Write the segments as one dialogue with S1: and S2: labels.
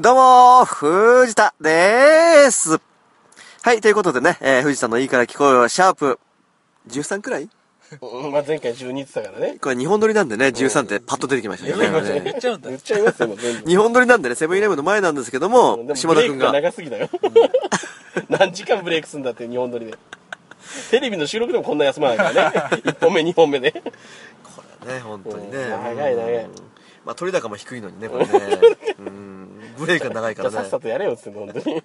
S1: どうもー、藤田でーす。はい、ということでね、えー、藤田のいいから聞こえよ、シャープ13くらい
S2: うんまあ、前回12言ってたからね。
S1: これ日本撮りなんでね、13ってパッと出てきましたけどね今
S2: 言
S1: ね。
S2: っちゃうんだ。言っちゃいますよ、もう全部。
S1: 日本撮りなんでね、セブンイレブンの前なんですけど
S2: でも
S1: も、島田くん
S2: ブレ
S1: が
S2: イク、長すぎだよ。何時間ブレイクすんだって、日本撮りで。テレビの収録でもこんな休まないからね。1本目、2本目で。
S1: ね、本当にね。
S2: うん長い長い
S1: うんまあ、取り高も低いのにね、これね。うんブレークが長い
S2: じ
S1: か
S2: ゃ
S1: ら
S2: あさ
S1: ね、言
S2: っさとやれよっつって、本当に。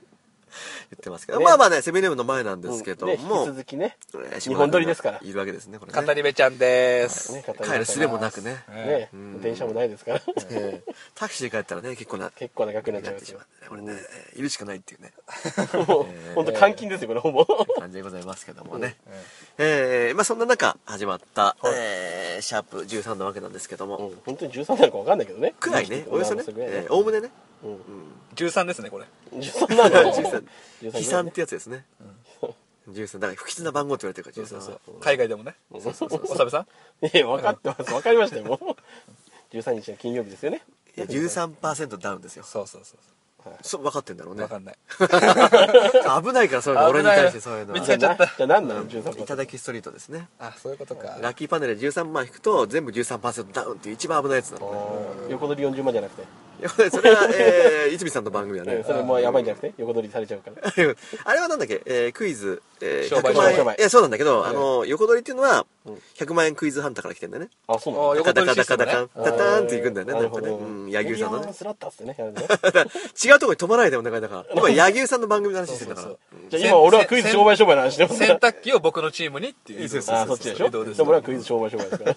S1: ってますけど。まあまあね、セブンイレブンの前なんで
S2: うん
S1: すけど
S2: で引き
S1: も、
S2: 続きね。
S1: えー
S2: 日本撮りですから
S1: いるわけですね、これ
S3: カタ
S1: ね。
S3: リベちゃんです、
S2: ね
S1: 帰るすれもなく。ね。
S2: ね、電車もないですから。
S1: えータクシーで帰ったらね、結構な、
S2: 結構長くなっちゃいます
S1: し
S2: よ
S1: ま。うねこれね、いるしかないっていうね、
S2: もう、ほんと監禁ですよ、これ、ほぼ。
S1: 感じでございますけどもね。えーまあそんな中、始まった、えーシャープ13なわけなんですけども、
S2: 本当に13なのか分かんないけどね。
S1: くらいね、およそね、えーおおむねね、
S3: 13ですねこれ
S2: 13なの
S1: 13
S2: 13
S1: 悲惨ってやつですね。13、だから不吉な番号って言われてるから、13は。
S3: 海外でもねおさべさん
S2: いや、分かってます。分かりましたよ、もう。13日の金曜日ですよね。
S1: いや、13%ダウンですよ。
S3: そうそうそう
S1: そう、分かってんだろうね
S3: わ。かんない
S1: 危ないから、そういうの、俺に対してそういうの
S3: 危
S1: は
S3: な。
S2: じ
S3: い
S2: ゃあ、なじゃあ何なの
S1: いた
S2: ?13%。
S1: だきストリートですね。
S3: あそういうことか
S1: ラッキーパネルで13万引くと、全部13%ダウンっていう一番危ないやつなのね。
S2: 横取り40万じゃなくて。
S1: いやそれは、えー、泉さんの番組だ
S2: うん
S1: ね
S2: そ。れもうやばいんじゃなくて横取りされちゃうから。
S1: あれはなんだっけ、えークイズ、えー、
S3: 商売
S1: 100万円
S2: 商売
S1: いや、そうなんだけど、あの、横取りっていうのは、100万円クイズハンターから来てんだよね。
S2: あ、そう
S3: あ
S2: な
S3: よ
S2: の
S3: 横取り
S1: ダ
S3: シ
S1: カ
S3: ステ
S1: ダカ
S3: ム
S1: ダ
S3: ね
S1: カン、ダターンっていくんだよね、
S2: な
S1: な
S2: る
S1: ん
S2: ほ
S1: かね。
S2: ど。
S1: うん、柳生さんのね。
S2: スラッタってね。やるね
S1: 違うとこに止まらないでお願いだから。今、柳生さんの番組の話してんだから。
S2: じゃあ今俺はクイズ商売商売の話してます
S3: 洗濯機を僕のチームにっていう
S1: そうそう
S2: あ、そっちでしょ
S3: 移動です
S2: でも俺はクイズ商売商売ですから。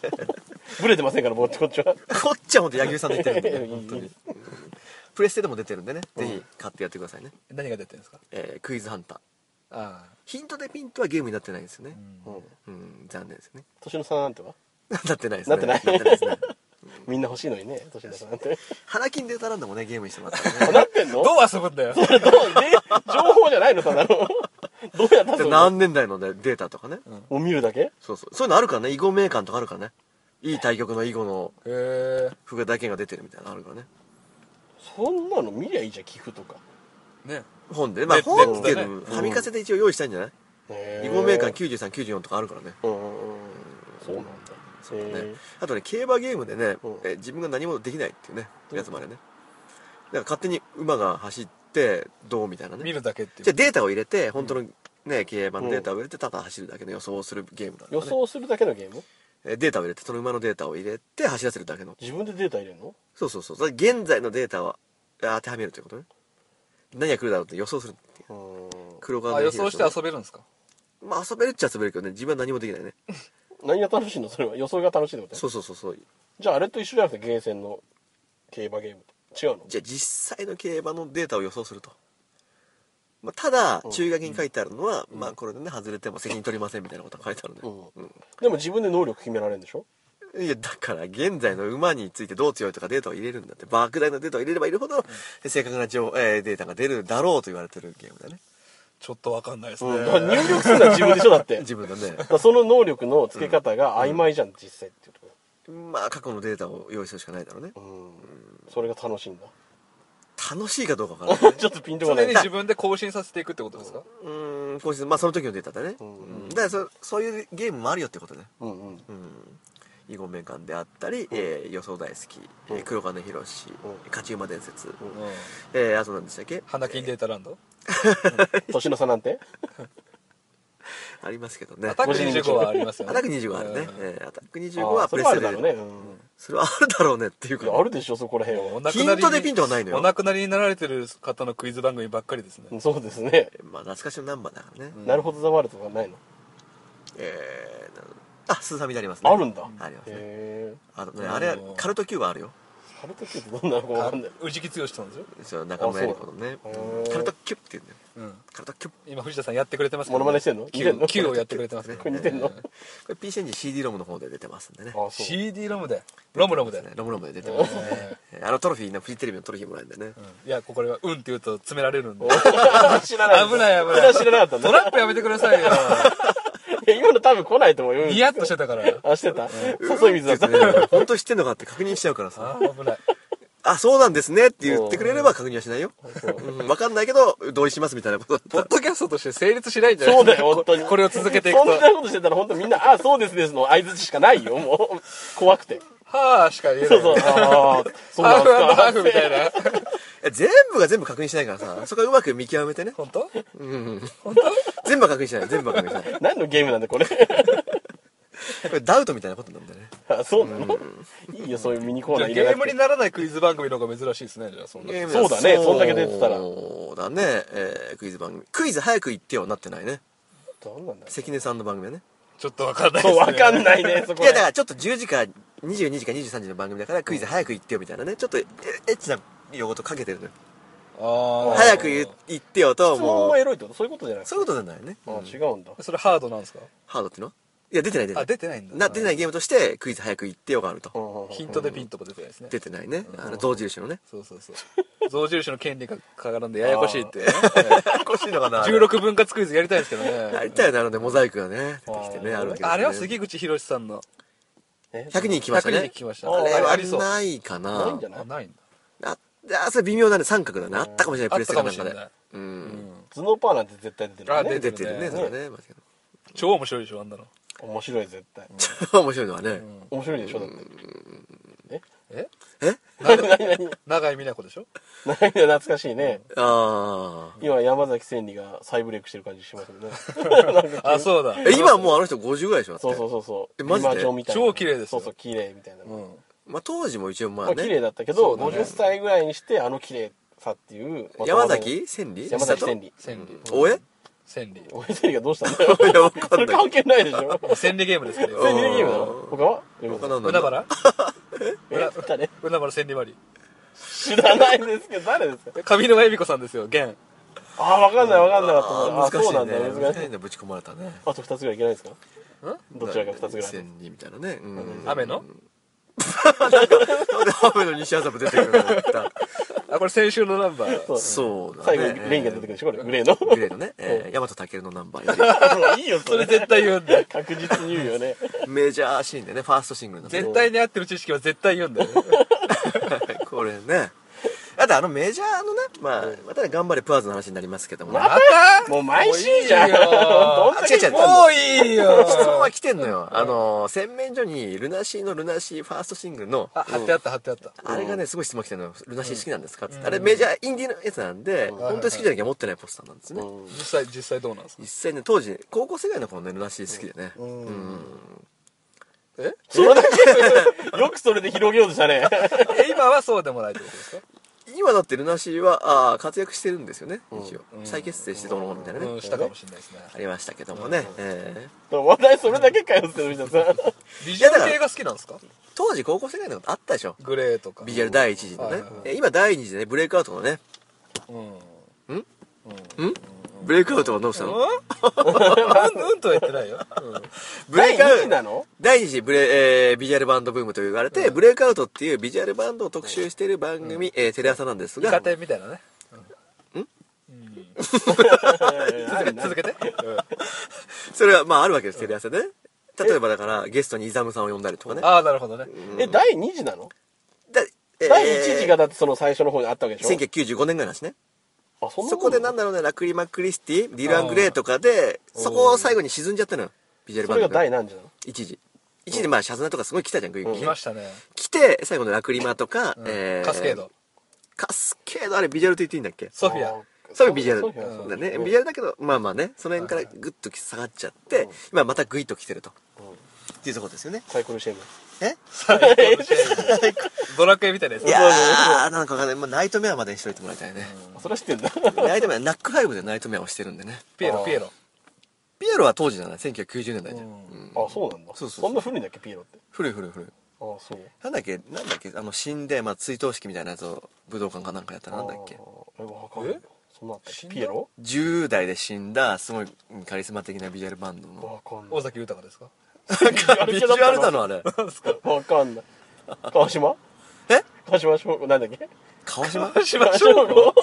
S2: ブレてませんから、もうこっちは。
S1: こっちはほんと柳生さんで言ってるんで、本当
S2: いい
S1: に。プレステでも出てるんでね、ぜひ買ってやってくださいね。
S3: 何が出てるんですか
S1: えークイズハンター。
S3: あ
S1: ヒントでピントはゲームになってないですよね。
S2: うん
S1: うん、残念ですね。
S2: 年の差なんては
S1: なってないですね。
S2: なってない
S1: ですね。
S2: みんな欲しいのにね、年の差なんて。
S1: 腹筋でたらんだもんね、ゲームにしてもらったらね。
S2: なってん
S3: あ
S2: の
S3: どう遊ぶんだよ
S2: どうで情報じゃないのただの。どうやった
S1: で
S2: それ
S1: 何年代のねデータとかね、
S2: を見るだけ
S1: そうそうそういうのあるからね囲碁名鑑とかあるからねいい対局の囲碁の
S3: へえ
S1: 歩だけが出てるみたいなのあるからね
S2: そんなの見りゃいいじゃん、寄付とか。
S3: ね
S1: 本でねまあ
S3: ネ
S1: 本っていう
S3: ネッ
S1: のファミカセで一応用意したいんじゃない囲碁メーカー9394とかあるからね
S2: うんうんうんそうなんだそうだ
S1: ねあとね競馬ゲームでね
S2: うん
S1: え自分が何もできないっていうねやつまでねだから勝手に馬が走ってどうみたいな
S3: 見
S1: ね
S3: るだけっていう
S1: じゃあデータを入れて本当のね競馬のデータを入れてただ走るだけの予想をするゲームだから
S2: 予
S1: ね
S2: 想するだけのゲーム
S1: えデータを入れてその馬のデータを入れて走らせるだけの
S2: 自分でデータ入れるの
S1: そうそうそう。だから現在のデータは当てはめるということね。何が来るだろうって予想するっていう。
S2: う
S1: 黒川
S3: あ
S1: の
S3: 予
S1: 日
S3: 想
S1: で
S3: し
S1: す
S3: て
S1: よね
S3: 遊べるんですか
S1: まあ遊べるっちゃ遊べるけどね、自分は何もできないね。
S2: ん何が楽しいのそれは予想が楽しいってこと
S1: そうそうそうそう。
S2: じゃああれと一緒じゃなくてゲーセンの競馬ゲームと違うの
S1: じゃあ実際の競馬のデータを予想すると。まあ、ただ、注意書きに書いてあるのは、まあこれでね、外れても責任取りませんみたいなことが書いてあるね。
S2: うんでも自分で能力決められるんでしょ
S1: いや、だから現在の馬についてどう強いとかデータを入れるんだって、莫大なデータを入れれば入れるほど、正確な情、えーデータが出るだろうと言われてるゲームだね。
S3: ちょっとわかんないですね、
S2: うんだから入力するのは自分でしょだって だ
S1: 自分の ね。
S2: からその能力の付け方が曖昧じゃん実際っていうとこ
S1: まあ過去のデータを用意するしかないだろうね。
S2: うんそれが楽しいんだ
S1: 楽しいかどうかわからないね
S2: ちょっとピンとこ
S3: 常
S2: な
S3: に
S2: い
S3: 自分で更新させていくってことですか、
S1: うーん今週まあその時のデータだね、うんだからそそういうゲームもあるよってことね
S2: うんうん
S1: うん囲碁面館であったり、えー予想大好き、えー黒金博士、
S2: うん
S1: 勝ち馬伝説、
S3: うん、
S1: えーあと何でしたっけ
S3: 花金データランド、
S2: 年の差なんて
S1: ありますけどね
S3: アタック25はありますよね
S1: アタック25あるね、
S3: うん
S1: えーアタック25
S2: あ
S1: は
S2: ーそ
S1: プ
S2: れ
S1: レ
S2: はあ
S1: ステで
S2: るだろうねうん
S1: それはあるだろうねっていう
S2: い
S1: か
S2: やあるでしょそこら辺は
S3: お亡くなりに
S1: ヒントでピントはないのよ
S3: お亡くなりになられてる方のクイズ番組ばっかりですね、
S2: うんそうですね、
S1: まあ懐かしのナンバーだからね、
S2: なるほどザワールドがないの、
S1: えーなあスーファミでありますね
S2: あるんだ
S1: ありますね
S2: へえ
S1: あのねあれカルト Q はあるよ
S2: カルトキューってどんなのかわかんない
S3: 宇治木剛さんですよ、
S1: そう中村江里子のね
S2: あそう
S1: カルトキュッって言うんだよ
S3: うん、
S1: カルトキュッ
S3: 今藤田さんやってくれてますけ
S2: モ
S3: ど
S2: ノマネしてんの似てんの
S3: Q, Q をやってくれてますけど、
S2: 似てんの
S1: これ PC エンジン CD ロムの方で出てますんでね
S2: あそう
S3: CD ロムでロムロムで、
S1: ロムロムで出てますねあのトロフィーのフジテレビのトロフィーもらえるんでね
S3: いやこれは「うん」って言うと詰められるんで
S2: 知らない
S3: 危ない
S2: そ
S3: 危
S2: れ
S3: な
S2: はい知らなかった
S3: ト
S2: んだ
S3: ラップやめてくださいよ
S2: いや今の多分来ないと思うよ
S3: ニヤッとしてたから
S2: あしてた誘い水だった
S1: ね本当知ってんのかって確認しちゃうからさ
S3: あー危ない
S1: 危あ、そうなんですねって言ってくれれば確認はしないよ。
S2: そう
S1: うんわかんないけど、同意しますみたいなことだった
S3: ポ
S1: ら
S3: ッドキャストとして成立しないんじゃない
S2: そうだよ、本当に。
S3: これを続けていく
S2: そん
S3: と
S2: なことしてたら、本当みんな、ああ、そうですですの相づちしかないよ、もう。怖くて。
S3: はあしか言えな
S2: そ
S3: いう
S2: そう、ああ、そう
S3: ハ
S2: なん
S3: ー
S2: で
S3: フハ
S2: す
S3: ーフ
S2: か。
S3: みたいな
S1: いや全部が全部確認しないからさ、そこはうまく見極めてね。
S3: 本当
S1: うん。全部は確認しない。全部は確認しない。
S2: 何のゲームなんだ、これ。
S1: これダウトみたいなことなんだね。
S2: あそうなのいいよ、そういうミニコー
S3: じ
S2: ナ
S3: ゃ
S2: ー入
S3: あゲ
S2: れな
S3: ー
S2: く
S3: ム
S2: て
S3: に。ならないクイズ番組の方が珍しいですねじゃあそんな
S2: そうだねそんだけ出てたら
S1: そうだね。えークイズ番組。クイズ早く行ってよなってないね。
S2: どうなんだろう
S1: 関根さんの番組はね。
S3: ちょっとわかんないです
S2: そう、
S3: ね
S2: わかんないね、そ
S1: い
S2: こ
S1: や、
S2: ね
S1: だ。からちょっと10時か22時か23時の番組だからクイズ早く行ってよみたいなね。ちょっとエエッチな用語とかけてるのよ。
S3: ああ
S1: 早く言う行ってよと、
S2: 質問
S1: も
S2: も
S1: う
S2: エ。ロいってことそういうことじゃない
S1: そういうことじゃないね。
S2: あ違うんだ。
S3: それハードなんですか
S1: ハードっていうのはいや、出てない出てない。
S3: あ出てないんだ
S1: な出てないゲームとして、クイズ早く行ってよがあると。
S2: ヒ
S3: ヒントでピンとも出てないですね
S1: 出てないね。あの、象印のね。
S3: そうそうそう象印の権利がかからんでややこしい って
S1: おかしいのかな16
S3: 16分割クイズやりたいですけど
S1: やり
S3: ね
S1: たいなのでモザイクがね出てきてねあるわけですね
S3: あれは杉口博さんの
S1: 100人来ました
S3: 100人
S1: ね
S3: 聞きました
S1: あれは
S3: ありそう
S1: ないかな
S2: ないんじゃない
S3: あないんだ
S1: ああそれ微妙だね三角だねあったかもしれないプ
S3: あっ
S1: レス
S3: た
S1: テか
S3: か
S1: なん
S3: もし
S1: か
S3: れ
S1: で
S3: ない
S1: うん
S2: 頭脳パーなんて絶対出てるよ
S3: あ出
S2: ね。
S1: 出てるね
S3: 出てるね
S1: それねマジ
S3: 超面白いでしょあんなの
S2: 面白い、絶対。
S1: で 面白いのはね
S2: 面白いでしょ、だって。
S3: え
S1: え
S2: 何何
S3: 永井美奈子でしょ
S2: 何懐かしいね。
S1: ああ
S2: 今、山崎千里が再ブレイクしてる感じしますよね。
S3: あそうだ
S1: え今もうあの人50ぐらいでしょだって
S2: そうそうそうそう。
S1: えマジで
S2: 今状みたいな
S3: 超綺麗です
S2: そ
S3: よ
S2: うそう、綺麗みたいな。
S3: う
S2: ま
S3: ん
S1: まあ当時も一応まあ
S2: あ綺麗
S1: ね
S2: だったけど、
S3: そうだね
S2: 50歳ぐらいにして、あの綺麗さっていう。
S1: 山崎千里
S2: 山崎 千里。
S3: 千里
S1: 里おえ
S3: 千里
S2: 俺千里がどうしたん だよ。
S1: いやわか
S2: そ
S1: ん
S2: れ
S1: ない
S2: 関係ないでしょ。
S3: 千里ゲームですけど
S2: 千里ゲームだろ他は
S1: 他なん
S3: 海
S1: だろう
S3: 原
S2: え 誰
S3: 海原千里マリ
S2: 知らないですけど、誰ですか
S3: 上沼恵美子さんですよ現
S2: あー、わかんないわかんなかったな。
S1: あ
S2: あ、
S1: ー難し
S2: そうないんだ。
S1: ね
S2: 難
S1: 難
S2: し
S1: し
S2: い
S1: い。ねぶち込まれたね
S2: あと2つぐらいいけないですかどちらか2つぐらい。
S1: 千里みたいなねうん
S3: 雨の
S1: 雨の西麻布出てくるの思った
S3: あこれ先週のナンバー
S2: そう
S1: そうだね
S2: 最後にレインが出てくるでしょこれ、グレーの。
S1: グ レードね、えー、ヤマトタケルのナンバーよ
S2: いいよ、 そ
S3: それ
S2: れ。
S3: 絶対言うんだよ
S2: 確実に言うよね。
S1: りメジャーシーンでねファーストシングルなんで
S3: 絶対に合ってる知識は絶対言うんだよ
S1: これねあとあのメジャーのねまあまたね頑張れプアーズの話になりますけども、ね、
S3: また
S2: もう毎週じゃん。
S3: もういいよ
S2: どんだけ
S1: 違う違う
S3: もういいよ
S1: 質問は来てんのよあの洗面所にルナシーのルナシーファーストシングルの
S3: あ貼ってあった貼ってあった
S1: あれがねすごい質問来てるのよルナシー好きなんですかって、あれメジャーインディーのやつなんで、本当に好きじゃなきゃ持ってないポスターなんですね、
S3: 実際実際どうなんですか
S1: 実際ね当時高校生ぐらいの頃ねルナシー好きでね、うん
S3: え
S2: それだけ、よくそれで広げようとしたね。
S3: え今はそうでもないってこと ですか
S1: 今だってルナシーはあー活躍してるんですよね一応、再結成してどうのこうのみたいなね、
S3: うんしたかもしれないですね
S1: ありましたけどもね、えー
S2: 話題それだけかよってるじゃん。
S3: ビジュアル系が好きなんですか
S1: 当時高校生ぐらいのことあったでしょ
S3: グレーとか
S1: ビジュアル第一次のね、
S3: はいはいはい
S1: えー今第二次でねブレイクアウトのね
S3: うん
S1: ブレイクアウトはどうしたの、
S3: うんうんとは言ってないよ
S1: ブレイクア
S2: 第
S1: ウ
S2: 二
S1: ト
S2: 位なの
S1: 第二次ブレ、えービジュアルバンドブームと言われて、ブレイクアウトっていうビジュアルバンドを特集している番組、えーテレ朝なんです
S3: イ
S1: が
S3: カ天みたいなね続けて続けて
S1: それはまああるわけですテレ朝でね例えばだからゲストにイザムさんを呼んだりとかね
S3: ああなるほどね
S2: え、第2次なの
S1: だえー
S2: 第1次がだってその最初の方にあったわけでしょ
S1: 1995年ぐらいなんですね
S2: あ、そんな
S1: そこでなんだろうねラクリマ・クリスティディラン・グレーとかでそこを最後に沈んじゃったのよビジュアル
S2: そ
S1: バ
S2: れが
S1: ンドが
S2: 第何次なの
S1: 一時一時まあシャズナとかすごい来たじゃんグイグイ
S3: 来ましたね
S1: 来て最後のラクリマとか、
S3: うん
S1: えー
S3: カスケー ド
S1: カスケードあれビジュアルと言っていいんだっけ
S3: ソフィア
S1: そういうビジュア
S2: ソフィア
S1: ルだね、
S2: うん
S1: ビジュアルだけどまあまあねその辺からグッと下がっちゃって、今またグイッと来てると、
S2: ん
S1: っていうところですよね
S2: サイクルシェーム。
S1: え
S3: ドラクエみたいなやつ
S1: いやーなんかわかんない、まあ、ナイトメアまでにしといてもらいたいね、
S2: あそれは知ってん だ。
S1: ナイトメアナックファイブでナイトメアをしてるんでね
S3: ピエロピエロ
S1: ピエロは当時じゃない1990年代じゃん、
S3: うん
S1: うん
S2: あ、そうなんだ。
S1: そうそうそう
S2: そんな古いんだっけ、ピエロって。
S1: 古い古い古い
S2: あ、そう。
S1: なんだっけなんだっけあの死んで、まあ、追悼式みたいなやつを武道館かなんかやったらなんだっけ
S2: え、わかんない
S3: え。
S2: そんなあったっけ
S3: 死んだ
S2: ピエロ
S1: 10代で死んだすごいうんカリスマ的なビジュアルバンドの
S2: わかんない
S3: 尾。崎豊ですか
S1: ビジュアルなのあれ
S2: わかんない。川島
S1: え
S2: 川島翔吾、なんだっけ
S1: 川島
S2: 川島翔吾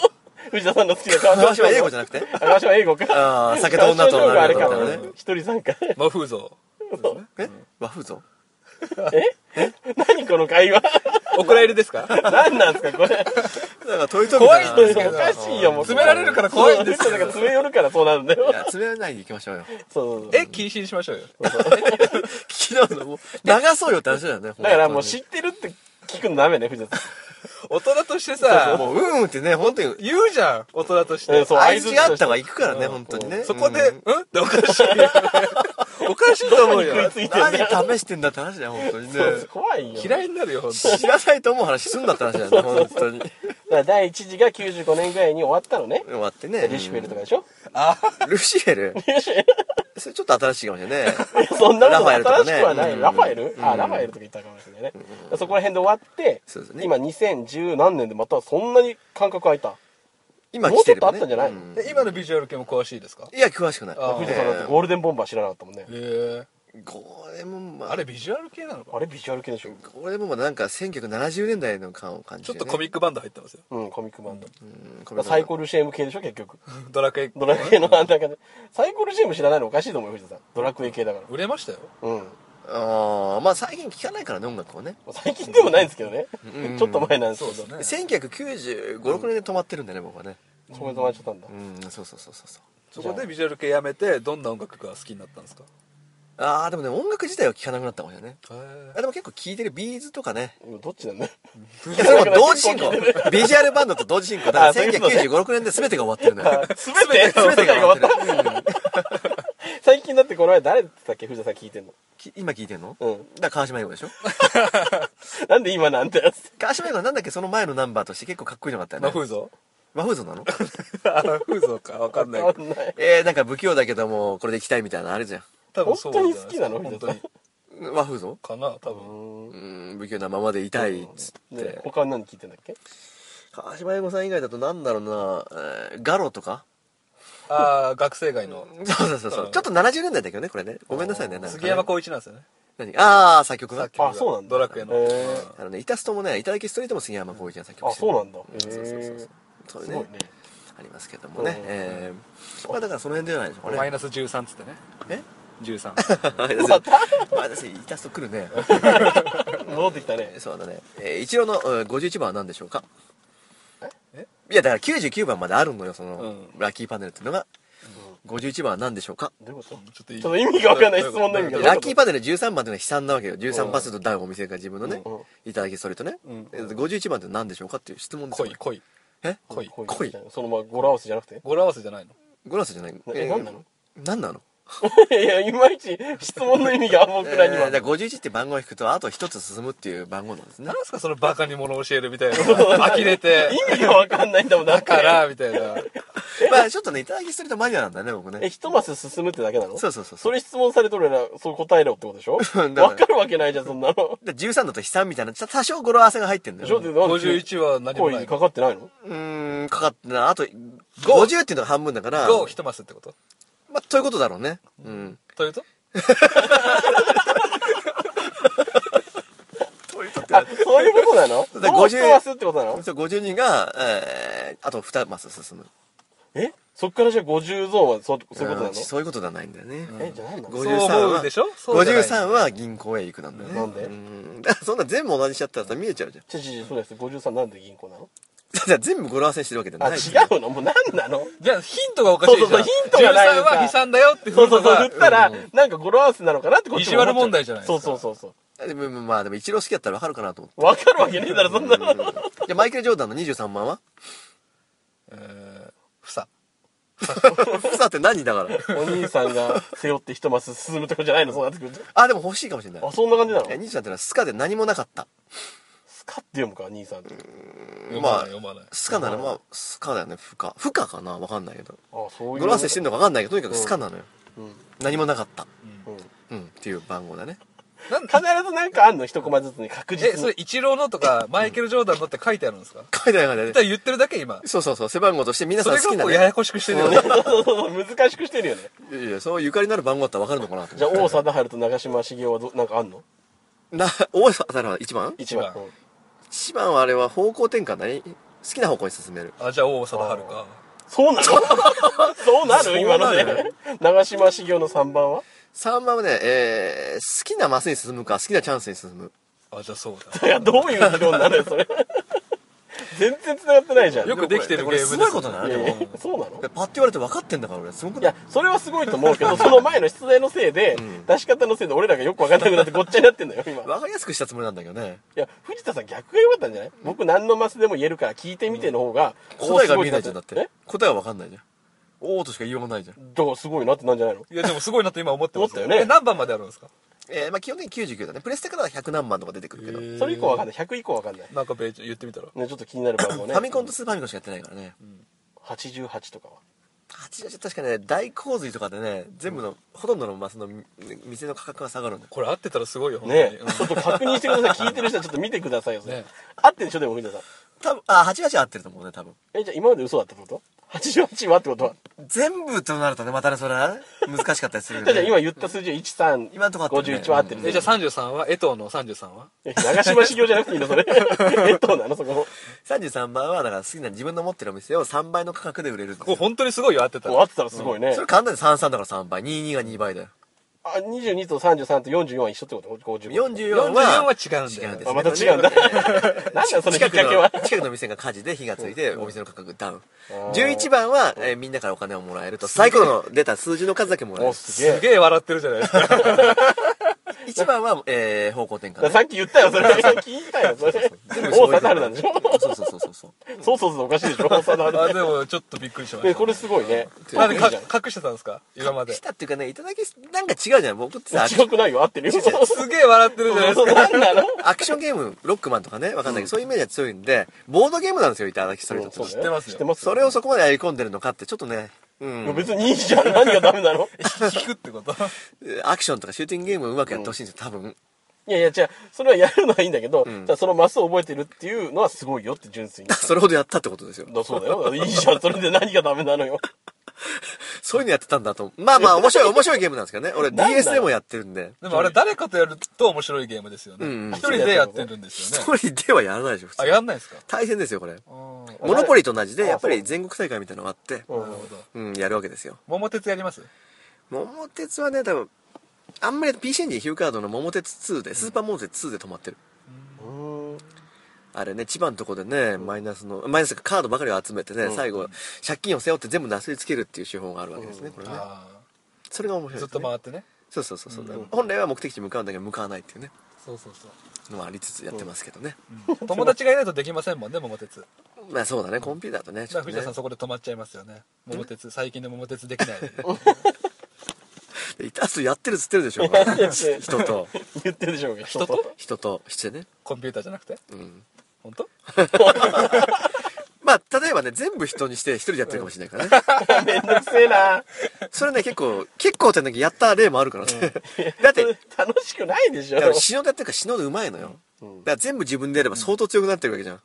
S2: 藤田さんの好きな 川
S1: 川
S2: 島
S1: 島英
S2: 翔
S1: 語
S2: 吾
S1: じゃなくて
S2: あ川島英語か。
S1: ああ酒と女と
S2: 川島
S1: 女
S2: あれ
S1: とみ
S2: か
S1: たいなね
S2: も。一人参加。
S3: 魔風像
S1: え和風像
S2: 何この 会話
S3: 怒られるですか
S2: 何なんですかこれ
S1: なんかトイト
S3: 怖いんです
S2: お
S3: けど
S2: かしいよもう
S3: 詰められるから怖いんです
S2: そうだから詰め寄るからそうなるんだよ
S1: 詰められないでいきま しょうよ。
S2: そうそうそう
S3: え禁止にしましょうよ
S1: 昨日のもう、流そうよって話だよね。
S2: だからもう知
S1: し、
S2: ってるって聞くのダメね藤田さん
S3: 大人としてさ
S1: もう、うんうんってね、本当に、
S3: 言うじゃん大人とし
S2: え
S3: て
S2: そう
S1: 愛知あったが行くからね、本当にね。
S3: そこで
S1: う
S3: うん
S1: ん
S3: っておかしいよ ねおかしいと思うよ
S2: どこに食いついてんだよ
S1: 何試してんだって話だよ、本当にね。
S2: 怖いよ
S3: 嫌いになるよ本当に
S1: 知らないと思う話すんだって話だよね、本当に。
S2: だから第一次が95年ぐらいに終わったのね
S1: 終わってね。
S2: リシュフェルとか
S1: う
S2: でしょ
S3: あ
S1: ん。ルシフェルそれちょっと新しいかもしれないね。
S2: そんなこ
S1: ラ
S2: と
S1: ファエルとか
S2: 新
S1: ね
S2: しくはない、
S1: うん
S2: ラファエル、
S1: う
S2: あ
S1: ん
S2: ラファエルとか言ったかもしれないね、そこら辺で終わって
S1: そうですね
S2: 今2010何年でまたそんなに間隔空いた
S1: 今来てるよね
S2: もうちょっとあったんじゃない
S1: うん
S3: ー今のビジュアル系も詳しいですか
S1: いや、詳しくない。
S3: あー
S2: 藤田さんだってゴールデンボンバー知らなかったもんね
S3: へえ
S1: これもまあ、
S3: あれビジュアル系なのか
S2: あれビジュアル系でしょ
S1: これもまあなんか1970年代の感を感じ
S3: ちょ
S1: る、
S3: っ
S1: ね。
S3: とコミックバンド入ってますよ
S2: うんコミックバンド、
S1: うん、
S2: だ
S1: コ
S2: からサイコルシェーム系でしょ結局
S3: ドラクエ
S2: ドラクエのあんな感じサイコルシェーム知らないのおかしいと思うよ藤田さんドラクエ系だから
S3: 売れましたよ
S2: うん
S1: ああ、まあ最近聞かないからね、音楽をね。
S2: 最近でもないんですけどね、
S1: うん
S2: ちょっと前なんですけど
S3: そうですね
S1: 1995、6年で止まってるんだよね、僕はね。
S2: そこで止まっちゃったんだ、
S1: うん、そうそうそうそうそう。
S3: そこでビジュアル系やめてどんな音楽が好きになったんですか
S1: ああ、でもね、音楽自体は聞かなくなったかもしれないね。
S3: へー
S1: あでも結構聞いてるビーズとかね。
S2: 今どっちなんだよ
S1: いや、それも同時進行。ビジュアルバンドと同時進行。だから
S2: あそういうことね
S1: 1995、6年で全てが終わってるんだよ。
S2: 全て 全てが終わった最近だってこの前誰だったっけ藤田さん聞いてんの
S1: き 今聞いてんの
S2: う
S1: だ
S2: ん
S1: から川島英語で しょ
S2: なんで今なんだよ
S1: 川島英語なんだっけその前のナンバーとして結構かっこいいのがあったよ
S3: マ
S1: ね
S3: フーゾ
S1: 和風像 なの
S3: あマフーゾかわかんない
S2: わかんない
S1: えー、なんか不器用だけどもこれで行きたいみたいなのあるじゃ
S3: 多分そうじゃい
S2: 本当に好きなの
S3: 本当に
S1: ん和風像
S3: かな多
S2: う
S3: 分
S2: ーん
S1: うん不器用なままでいたいっつって、
S2: で他何聞いてんだっけ
S1: 川島英語さん以外だとなんだろうな、えーガロとか
S3: ああ学生街の
S1: そうそうそうそう、
S3: うん
S1: ちょっと70年代だけどねこれねごめんなさいねなんかね
S3: 杉山浩一なんですよね
S1: 何ああ作曲が
S3: 作曲が
S2: あそうなんだ
S3: ドラクエの
S2: へ
S3: うん
S2: ー
S1: あのねイタストもねいただきストリートも杉山浩一が作曲
S2: あ
S1: してる
S2: そうなんだへ
S1: そうそうそうそう
S2: え
S1: そういう
S2: す
S1: ね
S2: ごいね
S1: ありますけどもね、
S2: うん
S1: えーまあだからその辺じゃないでしょうか
S3: マイ
S1: ね
S3: ナス13っつってね
S1: え
S3: 13
S1: またマイナスイタスト来るね
S2: 戻ってきたね
S1: そうだね、えー、一郎のえー51番は何でしょうかいやだから99番まであるのよその、
S3: う
S1: ラッキーパネルっていうのが、51番は何でしょうか
S2: どういうこと
S3: ちょっといい
S2: ちょっと意味がわかんない質問の意味が
S1: ラッキーパネル13番っていうのは悲惨なわけよ13パスとダウンお店が自分のね、
S2: うん
S1: いただきストリートね、
S3: うん
S1: えー51番って何でしょうかっていう質問ですよ
S3: 恋恋
S1: え
S3: 恋
S2: こういう
S1: 恋
S2: そのまま語呂合わせじゃなくて
S3: 語呂合わせじゃないの
S1: ゴラスじゃない
S2: え何なの
S1: 何なの
S2: いやいやいまいち質問の意味が僕
S1: え
S2: らには
S1: ー、だから51って番号を引くとあと1つ進むっていう番号なんですね
S3: なんすかそのバカに物教えるみたいな 呆れて
S2: 意味がわかんないんだもんだ
S3: だ
S2: って
S3: からみたいな
S1: まあちょっとねいただきストリートマニアなんだね僕
S2: え
S1: ね
S2: 一マス進むってだけなの
S1: そうそうそう
S2: それ質問されとるならそう答えろってことで しょ
S1: だから
S2: わかるわけないじゃんそんな
S1: だ
S2: の
S1: から13だと悲惨みたいなちょ多少語呂合わせが入ってんだ
S2: でし
S1: よ
S2: ょでなんで
S3: 51は何も
S2: 恋
S3: な
S2: に
S3: い
S2: かかってない の
S1: うーんかかってなあと50っていうのが半分だから
S3: 5一マスってこと
S1: まあということだろうねうん
S3: というと
S2: あそういうことなの
S1: だから
S2: どう
S1: 50
S2: してますってことなの
S1: そう52が、えー、あと2マス進む
S2: えそっからじゃあ50ゾーンはそそういうことな
S1: うん
S2: の
S1: そういうことじゃないんだよね、
S2: えじゃあ何なの
S1: 53
S3: そう思
S1: は
S3: うでしょそうじゃない
S1: 53は銀行へ行くなんだよね
S2: なんで
S1: うん だからそんな全部同じしちゃったらさ見えちゃうじゃん
S2: ちょちょちょそうです53なんで銀行なの
S1: だから全部語呂合わせしてるわけじゃ
S2: あ
S1: ない
S2: 違うのもう何なの
S3: じゃあヒントがおかしいじゃん
S2: そうそうそうヒントがないの
S3: 13
S2: か
S3: は悲惨だよって
S2: そうそうそう振
S3: が
S2: ったらなんか語呂合わせなのかなってこっちも思っちゃう
S3: 意地悪問題じゃないですか
S2: そうそうそう
S1: でもまあでも一郎好きだったらわかるかなと思
S2: そうわかるわけねえだろそんなの
S1: ってじゃあマイケル・ジョーダンの23万 は
S3: えーふさ
S1: さって何だから
S2: お兄さんが背負って一マス進むとかじゃないのそうなってくると
S1: あでも欲しいかもしれない
S2: あそんな感じなの
S1: え23ってのはスカで何もなかった
S2: スカって読むか兄さんって
S3: 読まない読まない
S1: スカならまあスカだよね不可不可かなわかんないけど
S2: あそういう
S1: 語呂合わせしてんのかわかんないけどとにかくスカなのよ何もなかったうんっていう番号だね
S3: なん
S2: 必ずなんかあんの一コマずつに確
S3: え
S2: 実
S3: そ
S2: に
S3: れイチローのとかマイケル・ジョーダンのって書いてあるんですか
S1: 書いてないからね
S3: 絶対言ってるだけ今
S1: そうそうそう背番号として皆
S3: そ
S1: さん
S3: れ
S1: 好き
S3: が
S1: な
S3: もうや
S1: ね
S3: やこしくしてるよね
S2: そうそうそう難しくしてるよね
S1: いやいやそうゆかりのある番号だったらわかるのかなと
S2: じゃあ
S1: 思
S2: 王
S1: って
S2: 貞治と長嶋茂雄はどなんかあんの
S1: な王さんだから1番
S2: 一番
S3: 一番
S2: うん
S1: 一番はあれは方向転換だね好きな方向に進める
S3: あじゃあ王貞治か
S2: そうなのそうなる今の
S1: そうな
S2: で長嶋茂雄の3番は
S1: 3番はね、えー、好きなマスに進むか好きなチャンスに進む
S3: あじゃあそう
S2: いや、どういう理論なのよ、そ れ。全然繋がってないじゃん。
S3: だよくできてるゲームです
S1: すごいことだないで
S2: やいや
S1: も
S2: そうなの
S1: パッて言われて分かってんだから俺すごく
S2: い
S1: ない
S2: や、それはすごいと思うけ ど、その前の出題のせいで、出し方のせいで俺らがよくわかんなくなってごっちゃになってんのよ、今。い
S1: 分かりやすくしたつもりなんだけどね
S2: や、藤田さん逆が良かったんじゃない僕何のマスでも言えるから聞いてみての方が、
S1: 答えが見えないじゃんだっ
S2: え
S1: て答えは分かんないじゃんおーとしか言いようがないじゃん
S2: だからすごいなってなんじゃないの
S3: いやでもすごいなと今思ってます
S2: 思ったよね
S3: え何番まであるんですか
S1: えー、まあ基本的に99だねプレステからは100何番とか出てくるけど、
S2: それ以降わかんない。100以降わかんない。
S3: なんかページ言ってみたら
S2: ね、ちょっと気になる番号
S1: フ
S2: ね。
S1: ァミコンとスーパーファミコンしかやってないからね、
S2: 88とかは。
S1: 88確かね大洪水とかでね全部の、ほとんどのマスのみ店の価格が下がるんだよ
S3: これ合ってたらすごいよ本当
S2: ね
S3: に
S2: ちょっと確認してください。聞いてる人はちょっと見てくださいよ、それ
S3: ね。
S2: 合ってんでしょ、でも藤田さん。
S1: 多分あ88合ってると思うね多分
S2: え、じゃあ今まで嘘だったってこと ?88 はってことは。
S1: 全部となるとねまたねそれは難しかったりするよ
S2: じゃ
S1: ね
S2: あじゃあ今言った数字は13、
S1: 今のとこ合ってるね
S2: 51は合ってる
S3: う
S2: ね
S3: んえじゃあ33は江藤の33は
S2: え長島修行じゃなくていいのそれ。えっと、なのそこ。
S1: 33番はだから好きな自分の持ってるお店を3倍の価格で売れるんだ
S3: これ
S1: よ
S3: 本当にすごいよ合ってた
S2: もう合
S3: ら
S2: ってたらすごいね
S1: そ。れ簡単で33だから3倍22が2倍だよ
S2: あ、22と33と44は一緒ってこと ?55。
S1: 44
S3: 44
S1: は
S3: は違うんだよ
S1: 違うんです
S2: あ、また違 うんだ。なんだそのきっ
S1: 近
S2: か
S1: く
S2: けは。
S1: の近くの店が火事で火がついてお店の価格ダウン11番は、えーみんなからお金をもらえるとサイコロの出た数字の数だけもらえ
S2: お、
S1: る
S2: すげ
S3: す
S2: え。
S3: げえ笑ってるじゃないですか
S1: 1番は、えー方向転換
S2: だ
S1: ね
S2: からさっき言ったよ、それ。さっき言ったよ、それ。
S1: 全部
S2: 大
S1: そういう
S2: 貞
S1: こと
S2: 治なん
S1: そ
S2: でしょ
S1: うそうそうそう そう
S2: そうそうそう、おかしいでしょ大
S3: あ
S2: 貞
S3: でもちょっとびっくりしま
S2: 治。ね、
S3: した
S2: これすごいね。
S3: あで
S2: いい
S3: か
S2: じゃん
S3: 隠してたんですか今まで
S1: したっていうかねいただきなんか違うじゃん僕ってさアクショ
S2: 違くないよ、合ってるよ。
S3: すげえ笑ってるじゃないですか
S2: 何なの
S1: ンアクションゲームロックマンとかねわかんないけど、そういうイメージは強いんでボードゲームなんですよいただきストリートって、
S2: そうだよ
S3: 知ってますよ
S2: 知ってます
S1: それをそこまでやり込んでるのかってちょっとねう
S2: いや
S1: ん、
S2: 別にいいじゃん。何がダメなの
S3: 聞くってこと
S1: アクションとかシューティングゲームをうまくやってほしいんですよ、多分。
S2: いやいや、じゃあ、それはやるのはいいんだけど、じゃあそのマスを覚えてるっていうのはすごいよって純粋に。
S1: それほどやったってことですよ。
S2: だそうだよ。いいじゃん。それで何がダメなのよ。
S1: そういうのやってたんだと。まあまあ、面白い、面白いゲームなんですけど ね。俺、
S2: なんだよ
S1: DS でもやってるんで。
S3: でもあれ誰かとやると面白いゲームですよ
S1: うん
S3: ね一人でやってるんですよね
S1: 一人ではやらないでしょ、普通。
S3: あやんないですか
S1: 大変ですよ、これ。
S3: うんなる
S1: モノポリと同じで、
S2: あ
S1: やっぱり全国大会みたいなのがあって、
S3: ほど
S1: うん、やるわけですよ。
S3: 桃鉄やります
S1: 桃鉄はね、多分、あんまり PC エンジンヒューカードの桃鉄2で、スーパーモ鉄2で止まってる。
S2: うん
S1: あれね、千葉のとこでね、マイナスの、マイナスかカードばかりを集めてね、最後、借金を背負って全部なすりつけるっていう手法があるわけですね、これね。
S3: あ
S1: それが面白いです
S3: ーず
S1: ね
S3: っと回ってね
S1: そうそうそうそう、本来は目的地に向かうんだけど向かわないっていうね
S3: そうそうそう
S1: のはありつつやってますけどね、
S3: うん 友達がいないとできませんもんね桃鉄だか
S1: まあそうだねコンピューターとねちょ
S3: ら
S1: っと
S3: 藤田
S1: ね
S3: さんそこで止まっちゃいますよね桃鉄最近の桃鉄できない
S1: いたすやってるっつってるでしょ
S2: て
S1: 人と
S2: 言ってるでしょうが。人
S3: と
S1: 人としてね
S3: コンピューターじゃなくて
S1: うん
S3: 本当
S1: まあ例えばね全部人にして一人でやってるかもしれないからね
S2: めんどくせえな。
S1: それね結構結構ってなんかやった例もあるからね、 だ って
S2: 楽しくないでしょ
S1: だ。から死ぬでやってるから死ぬでうまいのよ、だから全部自分でやれば相当強くなってるわけじゃん、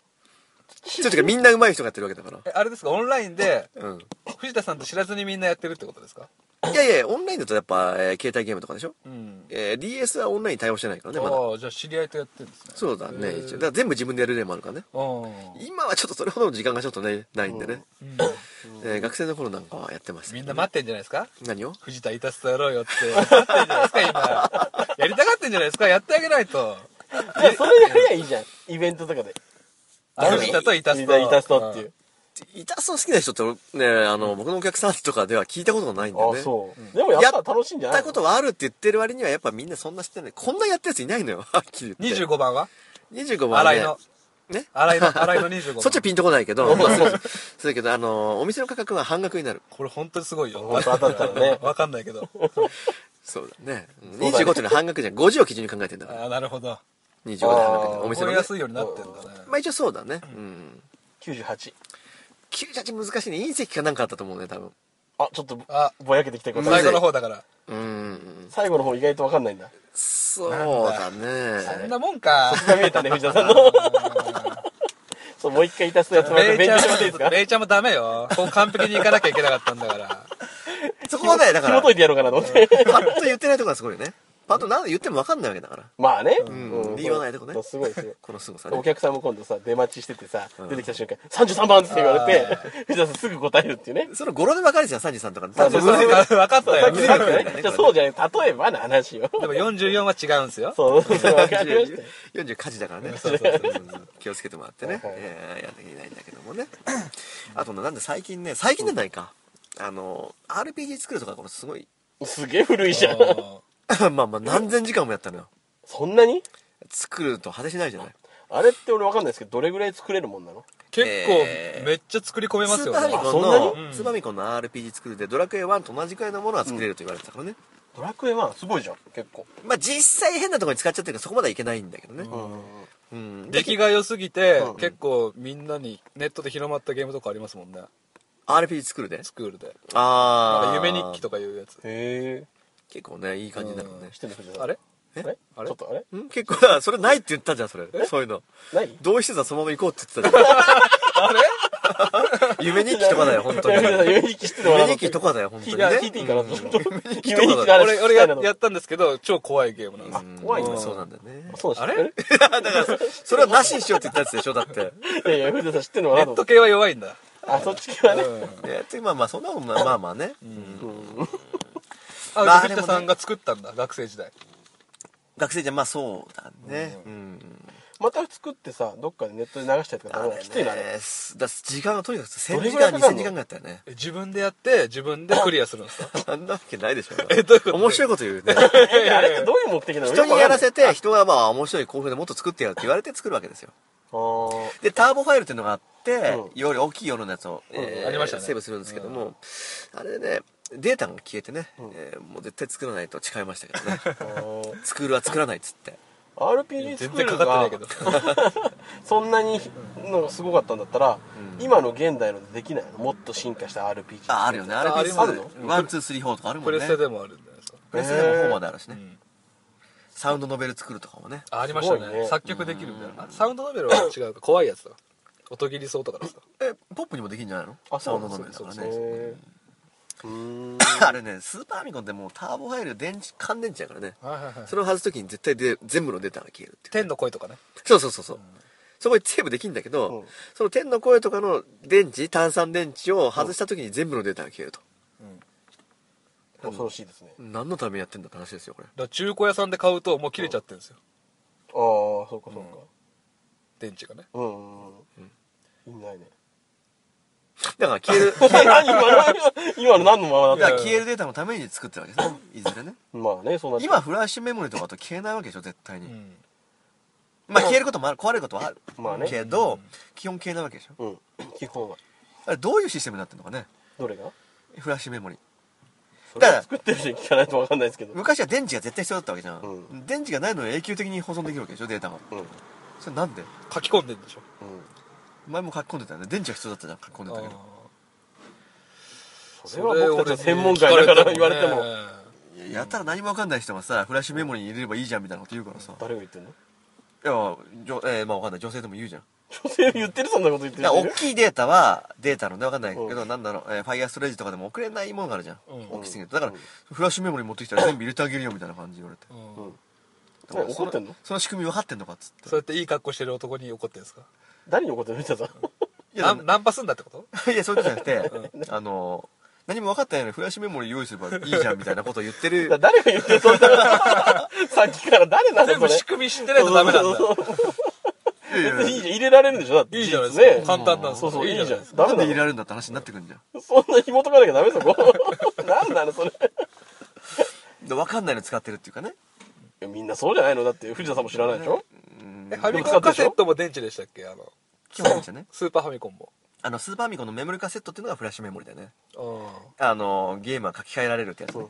S1: そういうかみんなうまい人がやってるわけだから
S3: えあれですかオンラインで
S1: うん
S3: 藤田さんって知らずにみんなやってるってことですか
S1: いやいやオンラインだとやっぱ、えー携帯ゲームとかでしょ、
S3: うん
S1: えー DS はオンラインに対応してないからねまだ
S3: ああじゃあ知り合いとやってるんですね
S1: そうだね、一応。だか
S3: だ
S1: ら全部自分でやる例もあるからね。今はちょっとそれほどの時間がちょっとね、ないんでね。えー学生の頃なんかはやってましたけ
S3: み
S1: ど
S3: ん
S1: ね、
S3: な待ってんじゃないですか
S1: 何を
S3: 藤田いたすとやろうよって 待ってんじゃないですか今やりたがってんじゃないですかやってあげないと
S2: いやそれやりゃいいじゃん。イベントとかで。
S3: あ藤田といたすと
S2: いたすとっていう。
S1: 痛そう好きな人って、ね、あの、僕のお客さんとかでは聞いたことがないんだよ
S2: あ、
S1: ね。
S2: そう。でもやったら楽しいんじ
S1: や
S2: ゃ
S1: った
S2: ないの
S1: ことはあるって言ってる割にはやっぱみんなそんな知ってない。こんなやったやついないのよ、 はっきり
S3: うん
S1: 言って。
S3: 25番は
S1: 25番は
S3: 新
S1: ね
S3: 井の
S1: ね。
S3: 新井の新井の25番
S1: そっちはピンとこないけど、まあ そうそうだけど、あの、お店の価格は半額になる。
S3: これ本当にすごいよ
S2: 本当当たったらね
S3: わかんないけど
S1: そうだね。うん
S2: そうだね
S1: 25っていうのは半額じゃん。50を基準に考えてんだから。
S3: ああなるほど
S1: 25で半額になる。お店
S3: 覚
S1: の、
S3: え
S1: ね
S3: や。すいようになってんだね
S1: まあ一応そうだね。うん。
S2: 98。
S1: 98難しいね隕石かなんかあったと思うね多分
S2: あ、ちょっと
S3: あ
S2: ぼやけてきたこと
S3: 最後の方だから
S1: うーん
S2: 最後の方意外とわかんないんだ。
S1: そうだ
S3: そん
S1: ね
S3: なも んか
S2: が見えたね、藤田さんの。 そう、もう一回いたすとやつま
S3: め
S2: で
S3: いち
S2: 勉強
S3: ゃん
S2: してもらっていいです
S3: も
S2: か
S3: めいちゃんもダメよこう完璧にいかなき ゃいけなかったんだから
S1: そこはねだか
S2: 紐
S1: らパ
S2: 解いてやろうかなと思って。
S1: ッと言ってないところがすごいよねあと何で言っても分かんないわけだから
S2: まあね。
S1: ん理由はないとこね
S2: もうすごいすごい。
S1: この凄さね
S2: お客さんも今度さ、出待ちしててさ、出てきた瞬間、33番って言われて、藤田さんすぐ答えるっていうね。
S1: その語呂で分かるじゃん33とか
S2: そうそうそう
S3: 分かったよ。
S1: さっき
S2: ねじゃあそうじゃない。例えばの話よ。
S3: でも44は違うんですよ。
S2: そう、それ分かりましたよ。
S1: 40火事だからね気をつけてもらってね、
S2: はいはい
S1: えーやんなきゃいけないんだけどもね あとなんで最近ね最近じゃないか、あの RPG 作るとかこれすごい
S2: すげえ古いじゃん。
S1: まあまあ何千時間もやったのよ
S2: そんなに
S1: 作ると果てしないじゃない
S2: あれって俺分かんないですけど、どれぐらい作れるもんなの
S3: 結
S1: え
S3: 構
S1: ー
S3: めっちゃ作り込めます
S1: スー
S3: よ
S1: パーフ
S3: ね。
S1: ァミコ
S2: あそ
S1: ン
S2: んなに
S1: の、スーパーファミコンの RPG 作るでドラクエ1と同じくらいのものは作れると言われてたからね、
S2: ドラクエはすごいじゃん、結構。
S1: まあ実際変なところに使っちゃってるからそこまではいけないんだけどねうん、
S3: 出来が良すぎて
S2: うん
S3: 結構みんなにネットで広まったゲームとかありますもんね。
S1: RPG 作るで
S3: スクールで。なん
S1: あ
S3: か
S1: あ
S3: 夢日記とかいうやつ。
S2: へ
S1: 結構ねいい感じだからね
S2: え。、してんの藤田さん。
S3: あれ
S2: あれ
S3: あれ
S2: ちょっとあれ
S1: うん、結構だそれないって言ったじゃんそれそういうの
S2: ない
S1: 同意してたそのまま行こうって言ってたじゃんあれ夢日記とかだよ本当に
S2: 夢日記してもら
S1: 夢
S2: う
S1: 日記とかだよ本当
S2: 聞
S1: に
S2: い
S1: ね
S2: た聞いていいかなと思って。夢日記の話
S3: 俺俺や
S2: 聞きたいな
S3: やったんですけど超怖いゲームなんですよ
S1: うん
S2: 怖いね
S1: そうなんだよね
S2: そう
S3: あれ
S2: 知って
S1: それはなしにしようって言ったやつでしょだって
S2: るいやいや、藤田さん知ってるのか
S3: ネ
S2: なと
S3: ッ
S2: 思
S3: ト
S2: って
S3: 系は弱いんだ。
S2: あ、そっち系はね。
S1: えまあまあそんなもんまあまあまあね、まあ
S3: あ、藤
S1: でも
S3: 田
S1: ね
S3: さんが作ったんだ、学生時代。
S1: 学生じゃまあそうだねうん、
S2: また作ってさ、どっかでネットで流したりとかダメだよき ついな、あれ。
S1: ねすだ時間はとにかく
S2: ど
S1: 1000
S2: れ
S1: 時
S2: ぐら
S1: 間
S2: いか
S1: 2000
S2: かんの
S1: 時間ぐらいやったよね
S3: え自分でやって、自分でクリアするん ですか
S1: あんなわけないでしょ
S3: えどういうこと
S1: 面白いこと言うね
S2: えあれってどういう目的なの
S1: 人にやらせ
S2: て。
S1: て人がまあ面白い興奮でもっと作ってやるって言われて作るわけですよ
S2: あー
S1: でターボファイルっていうのがあって、
S2: うん
S1: より大きい世のやつを、えー
S3: ありましたね
S1: セーブするんですけども、あれでねデータが消えてね、えーもう絶対作らないと誓いましたけどね
S2: あー。
S1: 作るは作らないっつって
S2: RPG
S3: 全
S2: 作るが
S3: 然かかってないけど。
S2: そんなにのがすごかったんだったら、今の現代のでできないのもっと進化した RPG
S1: ああるよねあれ
S3: あありますね
S1: ワンツースリーフォーとかあるも
S3: プ
S1: んね
S3: レステでもあるんじゃないですか。
S1: プレステでも4まであるしね、
S3: ん
S1: サウンドノベル作るとかもね
S3: あありました
S2: すごい
S3: ね
S2: ね
S3: 作曲できるみたいな、あサウンドノベルは違うか怖いやつだ音切りそうとかですか
S1: えポップにもできるんじゃないの
S2: あ
S1: サウ
S2: そう
S1: ン
S2: な
S1: ド
S2: んで
S1: ノ
S2: す
S1: ベル
S2: ね
S1: とか
S2: へ
S1: ね
S2: ーうーん
S1: あれねスーパーファミコンってもうターボファイル電池乾電池やからね
S3: はいはいはい
S1: それを外す時に絶対で全部のデータが消えるっていう
S3: 天の声とかね
S1: そうそうそうそう、そこにセーブできるんだけど、
S2: うん
S1: その天の声とかの電池炭酸電池を外した時に全部のデータが消えると、
S2: 恐ろしいですね
S1: 何のためにやってんだって話ですよこれ
S3: だから中古屋さんで買うともう切れちゃってるんですよ
S2: ああそうかそうか
S3: 電池がね
S2: うんうんうんいないね
S1: だから消え るだか
S2: 何今の今の何のままだっ
S1: ら消えるデータのために作ってるわけですねいずれね
S2: たまあねそうなっちゃう
S1: 今フラッシュメモリとかだと消えないわけでしょ絶対に、
S3: うん
S1: まあ消えることもある壊れることはある、
S2: まあね
S1: けど、基本消えないわけでしょ
S2: うん基本は
S1: あれどういうシステムになってるのかね
S2: どれが
S1: フラッシュメモリ
S2: それ
S1: だか
S2: は
S1: ら
S2: 作ってる人に聞かないと分かんないですけど
S1: 昔は電池が絶対必要だったわけじゃん、
S2: う
S1: 電池がないのに永久的に保存できるわけでしょデータが
S2: うんうん
S1: それなんで
S3: 書き込んでるんでしょ
S1: 前も書き込んでたよね電池が必要だったじゃん書き込んでたけど
S2: それは僕たちの専門外だから言われても
S1: いややったら何も分かんない人がさフラッシュメモリーに入れればいいじゃんみたいなこと言うからさい
S2: 誰が言ってんの
S1: やじょ、えーまあ分かんない女性でも言うじゃん
S2: 女性言ってるそんなこと言って
S1: だ
S2: る
S1: から
S2: 人い
S1: 大
S2: る
S1: きいデータはデータのね分かんないけど、
S2: うん
S1: なんだろう、えー、ファイアストレージとかでも送れないものがあるじゃん、
S3: うん
S1: 大きすぎるとだから、フラッシュメモリー持ってきたら全部入れてあげるよみたいな感じで言われて
S3: う、ん
S2: うん
S1: だから
S2: え
S1: そ
S2: 怒ってんの
S1: その仕組み分かってんのかっつって
S3: そうやっていい格好してる男に怒ってるんですか
S2: 誰に怒ってる 藤田さん
S1: いや
S3: ナンナンパすんだってこ と
S1: いやそういうことじゃなくて、あのー何も分かってないのにフラッシュメモリー用意すればいいじゃんみたいなことを言ってる
S2: だから誰が言ってるそんな さっきから誰なの
S3: 全
S2: そ
S3: 部
S2: れ
S3: 仕組み知ってないとダメなんだ
S2: そうそ う
S1: いやいや
S2: 別にいいじゃん入れられるんでしょだって
S3: いいじゃない
S2: 事
S3: ですか、
S2: 実
S3: 簡単なんです
S2: そうそういいじゃん
S3: ですか
S1: な
S2: ダ
S1: んで入
S2: メ
S1: れ
S2: だ
S1: られるんだって話になってくるんじゃん
S2: ろそんな紐解かなきゃダメそこ 何なのそれい
S1: で分かんないの使ってるっていうかね
S2: やみんなそうじゃないのだって藤田さんも知らないでしょ
S3: えファミコンカセットも電池でしたっけあの
S1: 基本でしたね
S3: スーパーファミコンも
S1: あのスーパーミコンのメモリカセットっていうのがフラッシュメモリだよね
S3: う
S1: あのゲームは書き換えられるってやつ、ね、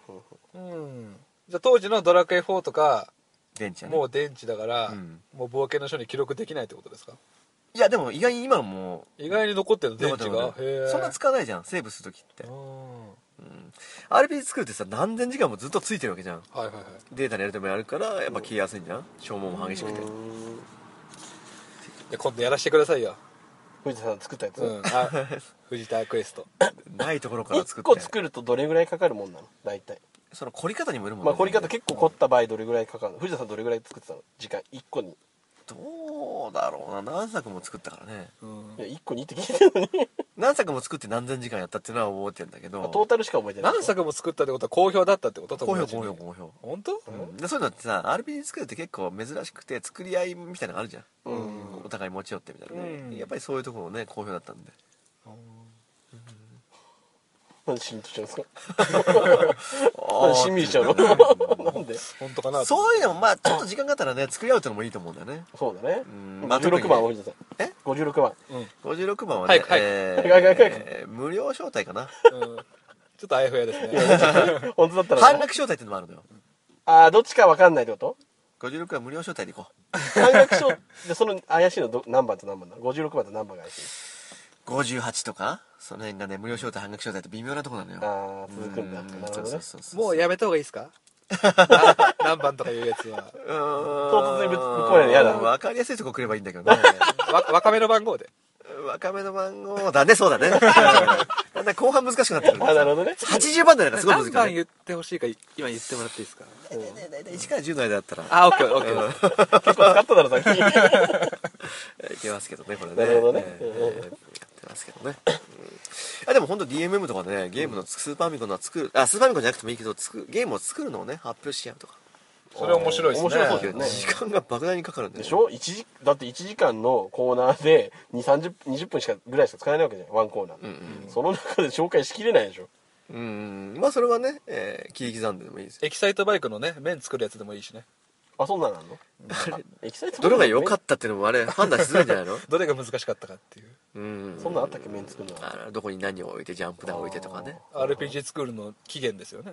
S3: んうんじゃあ当時のドラクエ4とか
S1: 電池はね
S3: もう電池だから、
S1: ん
S3: もう冒険の書に記録できないってことですか
S1: いやでも意外に今のも
S3: 意外に残ってるの
S1: う
S3: 電池がへえ
S1: そんな使わないじゃんセーブする時って
S3: うんは
S1: RPG 作るってさ何千時間もずっとついてるわけじゃん
S3: いはいはい
S1: データにやるでもやるからやっぱ消えやすいんじゃん消耗も激しくて、
S3: で今度やらしてくださいよ、
S2: 藤田さん作ったやつ
S3: うん、 あ藤田クエスト
S1: ないところから
S2: 1
S1: 作って
S2: 個作るとどれぐらいかかるもんなの大体
S1: その凝り方にもよるもんね。
S2: まあ凝り方結構凝った場合どれぐらいかかるの藤田さんどれぐらい作ってたの時間1個に
S1: どうだろうな。何作も作ったからね。
S2: いや1個にって聞いてるの に
S1: 何作も作って何千時間やったっていうのは覚えてんだけど。
S2: トータルしか覚えてない
S3: 何作も作ったってことは好評だったってこと
S1: 好評、
S3: 友達に
S1: 好評、好評。
S3: 本当、
S1: でそういうのってさ RPG 作るって結構珍しくて作り合いみたいなのがあるじゃん、
S2: うん
S1: お互い持ち寄ってみたいなね、
S3: うん
S1: やっぱりそういうところね好評だったんで
S2: なんでシーンとしちゃうんですかなんでしんみりしちゃうの なんで
S3: 本当かな
S1: そういうのもまあちょっと時間があったらね作り合うってのもいいと思うんだよね
S2: そうだね
S1: んまあ
S2: 56番は藤田さん
S1: え
S2: 56番
S1: 56番はね、
S3: 早く早く
S1: えー
S2: 早く早く早く
S1: えー無料招待かな
S3: うんちょっとあやふやですね
S2: 本当だったら
S1: 半
S2: ね
S1: 額招待ってのもあるのよ
S2: ああどっちか分かんないっ てこと
S1: 56は無料招待で行こ
S2: 半額賞でその怪しいのど何番と何番なの56番と何番が怪しいう
S1: 58とかその辺がね無料招待半額招待って微妙なとこなのよ
S2: ああ続くんだ
S1: う
S2: なるほ
S1: そう
S2: ど
S1: そう
S2: ね
S1: そうそう
S3: もうやめた方がい いですか何番とかいうやつは
S1: うーん
S2: 唐突にぶっ込まれるの嫌だ
S1: わかりやすいとこ来ればいいんだけどね
S3: わ若めの番号で
S1: 若めの番号だね、そうだ ね。だんだん後半難しくなってくる。
S2: あなるほどね
S1: 80番台なんかすごい難し
S3: 何
S1: い、
S3: 番
S1: ね。
S3: 言ってほしいか今言ってもらっていいですか
S1: ね大体1から10の間だったら、
S3: あオッケーオッケーオッケー
S2: 結構使っただろさっき
S1: いけますけどね、これね。
S2: なるほどね
S1: えーやってますけどね。うんあでも本当 DMM とかね、ゲームのスーパーミコンの作る、あ、スーパーミコンじゃなくてもいいけど、作るゲームを作るのをね、発表し合うとか。
S3: そ
S2: そ
S3: れ
S2: れ
S3: 面
S2: 面
S3: 白
S2: 白
S3: い
S2: い
S3: で
S2: ですす
S3: ね
S2: ね
S1: 時
S2: ね
S1: 間が莫大にかかるんだよ
S2: で
S1: ね
S2: しょ一時だって1時間のコーナーで2 3 0 20分しかぐらいしか使えないわけじゃんワンコーナー、その中で紹介しきれないでしょ
S1: うん。まあそれはね、えー切り刻んででもいいですよ。
S3: エキサイトバイクのね麺作るやつでもいいしね
S2: あそんなんなんのエキサイト
S1: どれが良か
S2: っ
S1: ったっていうのもあれ、判断しづらいんじゃないの
S3: どれが難しかったかっていう
S1: うん。
S2: そんなんあったっけ麺作るの
S1: あのどこに何を置いて、ジャンプ台を置いてとかね。
S3: RPG スクールの起源ですよね、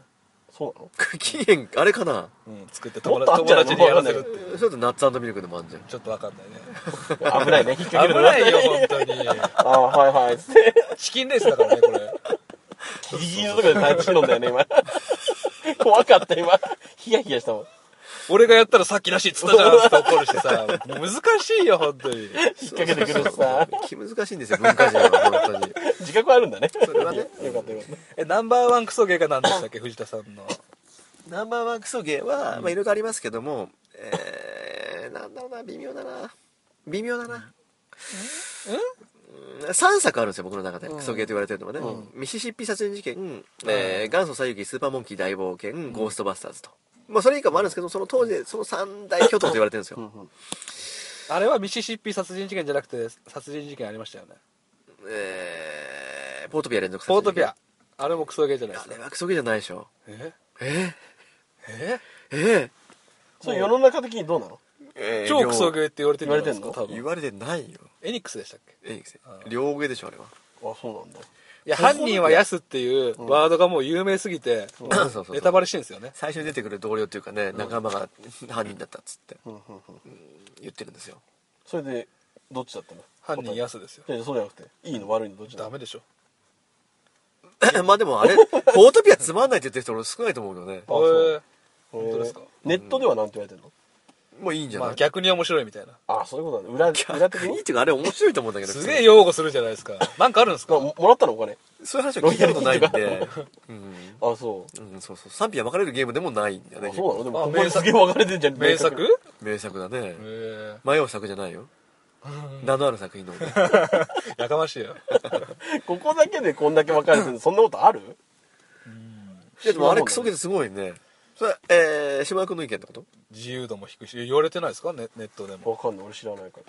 S2: そうなの
S1: 期限、あれかな
S3: うん、作って友
S2: もっとあ
S3: 達
S2: んじゃない
S3: 友達にやらせるっていう
S1: ちょっとナッツミルクでもあんじゃん。
S3: ちょっとわかんないね
S2: 危ないね引っ
S3: 危
S2: 掛けるの
S3: ないよ本当に
S2: あ あはいはいつって
S3: チキンレースだからねこ
S2: ギ
S3: れ
S2: リギリのとこで立ち飲んだよね今 怖かった今ヒヤヒヤしたもん
S3: 俺がやったらさっきらしいっつったじゃんって怒るしさもう難しいよ本当に
S2: 引っ掛けてくるしさ
S1: 気難しいんですよ、文化人は、本当に。
S2: 自覚あるんだね
S1: それはね、
S2: よかったよかっ
S3: えナンバーワンクソゲーが何でしたっけ藤田さんの
S1: ナンバーワンクソゲーは、まあ、いろいろありますけども、えー、なんだろうな、微妙だな。微妙だな。うん ?3 作あるんですよ、僕の中で。クソゲーと言われてるのはね。ミシシッピ殺人事件、えー、元祖左右スーパーモンキー大冒険、ゴーストバスターズと。まあ、それ以下もあるんですけど、その当時で、その三大巨頭と言われてるんですよ。
S3: あれはミシシッピ殺人事件じゃなくて殺人事件ありましたよね
S1: えー、ポートピア連続殺
S3: ポ
S1: 人
S3: ー
S1: 事
S3: ト
S1: 件
S3: ピア。あれもクソゲーじゃないで
S1: あ
S3: すか
S1: れはクソゲーじゃないでしょ。
S3: え
S1: え
S3: え
S1: ー、え
S2: たそれ世の中的にどうなの
S1: ー、えー
S3: 超クソゲーって言われてるんじゃな
S2: 言
S3: いです
S2: わ
S3: か多
S1: 言
S3: 分
S1: われてないよ
S3: エニックスでしたっけ
S1: エニックス両上でしょあれは
S2: あそうなんだ
S3: いや犯人はヤスっていうワードがもう有名すぎて
S1: そうそうそう
S3: ネタバレしてるんですよね
S1: 最初に出てくる同僚っていうかね仲間が犯人だったっつって
S2: うんうんうん
S1: 言ってるんですよ
S2: それでどっちだったの
S3: 犯人ヤスですよ
S2: いやいやそうじゃなくていいの悪いのどっちだ
S3: ダメでしょ
S1: まあでもあれポートピアつまんないって言ってる人俺少ないと思うけどね
S2: あそう
S3: へえ
S2: 本
S3: 当ですか
S2: ネットではなんて言われてんの
S1: もういいんじゃ
S3: ま
S1: な
S3: あ
S1: い
S3: 逆に面白いみたいな
S2: あそういうことなんだ 裏裏的
S1: いい
S2: に
S1: っていうかあれ面白いと思うんだけど
S3: すげえ擁護するじゃないで すかなんかあるんです
S2: あ
S3: か
S2: ももらったのお金
S1: そういう話は聞いたことないんでうん
S2: あそう
S1: うんそうそう賛否は分かれるゲームでもないんだよね
S2: あそうなのでも
S3: あ
S2: こ
S3: 名
S2: こ
S3: 作
S2: すげえ分かれてんじゃん
S3: 名作
S2: に
S1: 名作だね
S3: へ
S1: 迷う作じゃないよ名のある作品の方で
S3: えやかましいよ
S2: ここだけでこんだけ分かれてるそんなことある
S1: いやでもあれクソゲーってすごいねそれえー島田君の意見ってこと
S3: 自由度も低いし言われてないですかネネットでも
S2: 分かんない俺知らないから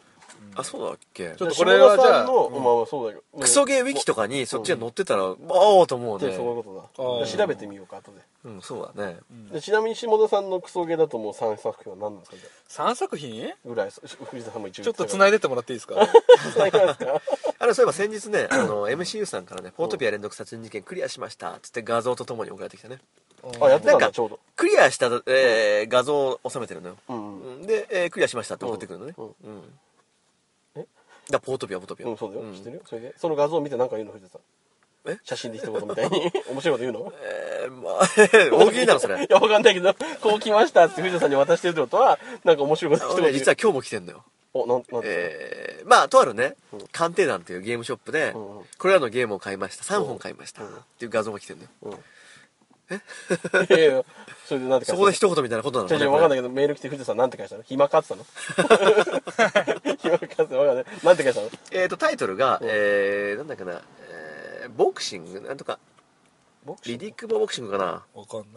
S1: あそうだっけ
S3: ちょっとこれはじゃ
S2: 島田さ
S3: あ
S2: んのまあまあそうだけど
S1: クソゲーウィキとかにそっちが載ってたら、ああと思う
S2: で
S1: ね
S2: そういうこと
S3: あ
S2: だ
S3: ー
S2: 調べてみようか後で
S1: うんそうだね、
S2: でちなみに下田さんのクソゲーだともう3作品は何なんですかじゃ
S3: 3作品
S2: あぐらいそ藤田さんも一応
S3: ちょっと
S2: 繋
S3: 繋
S2: い
S3: いでってもらっていいで すか
S2: 繋いだんですか
S1: あれそういえば先日ねあの MCU さんからね「ポートピア連続殺人事件クリアしました」っつって画像とともに送られてきたね
S2: あやってた
S1: な
S2: んだ
S1: んか
S2: ちょうど
S1: クリアした、えー画像を収めてるのよ、
S2: うん
S1: うんで、えークリアしましたって送ってくるのね
S2: うん
S1: うん、
S2: え
S1: だポートピアポートピア、
S2: うん、そうだよ、知ってるよそれでその画像を見て何か言うの藤田さん
S1: え
S2: 写真で一言みたい に面白いこと言うの
S1: えーまあ 大喜利なの そ
S2: い
S1: れ
S2: やわかんないけどこう来ましたって藤田さんに渡してるってことはなんか面白いこと
S1: あ
S2: 一
S1: の
S2: 言
S1: ね
S2: 言う
S1: 実は今日も来てんのよ
S2: おなんなんで
S1: えーまあとあるね鑑定団っていうゲームショップで、
S2: うんうん
S1: これらのゲームを買いました3本買いました、っていう画像が来てるのよ、
S2: うんいやいやそれでなん て
S1: そこで一言みたいなことなの
S2: じゃ
S1: ね
S2: じゃ
S1: こ
S2: わ
S1: れ
S2: かんないけど、メール来て藤田さんなんて返したの暇かってた の暇かってたのわかんない。なんて返したの
S1: えー、とタイトルが、えー、なんだっけな、えーボクシングなんとか
S2: ボク
S1: リディックボボクシングかな
S3: わかんない。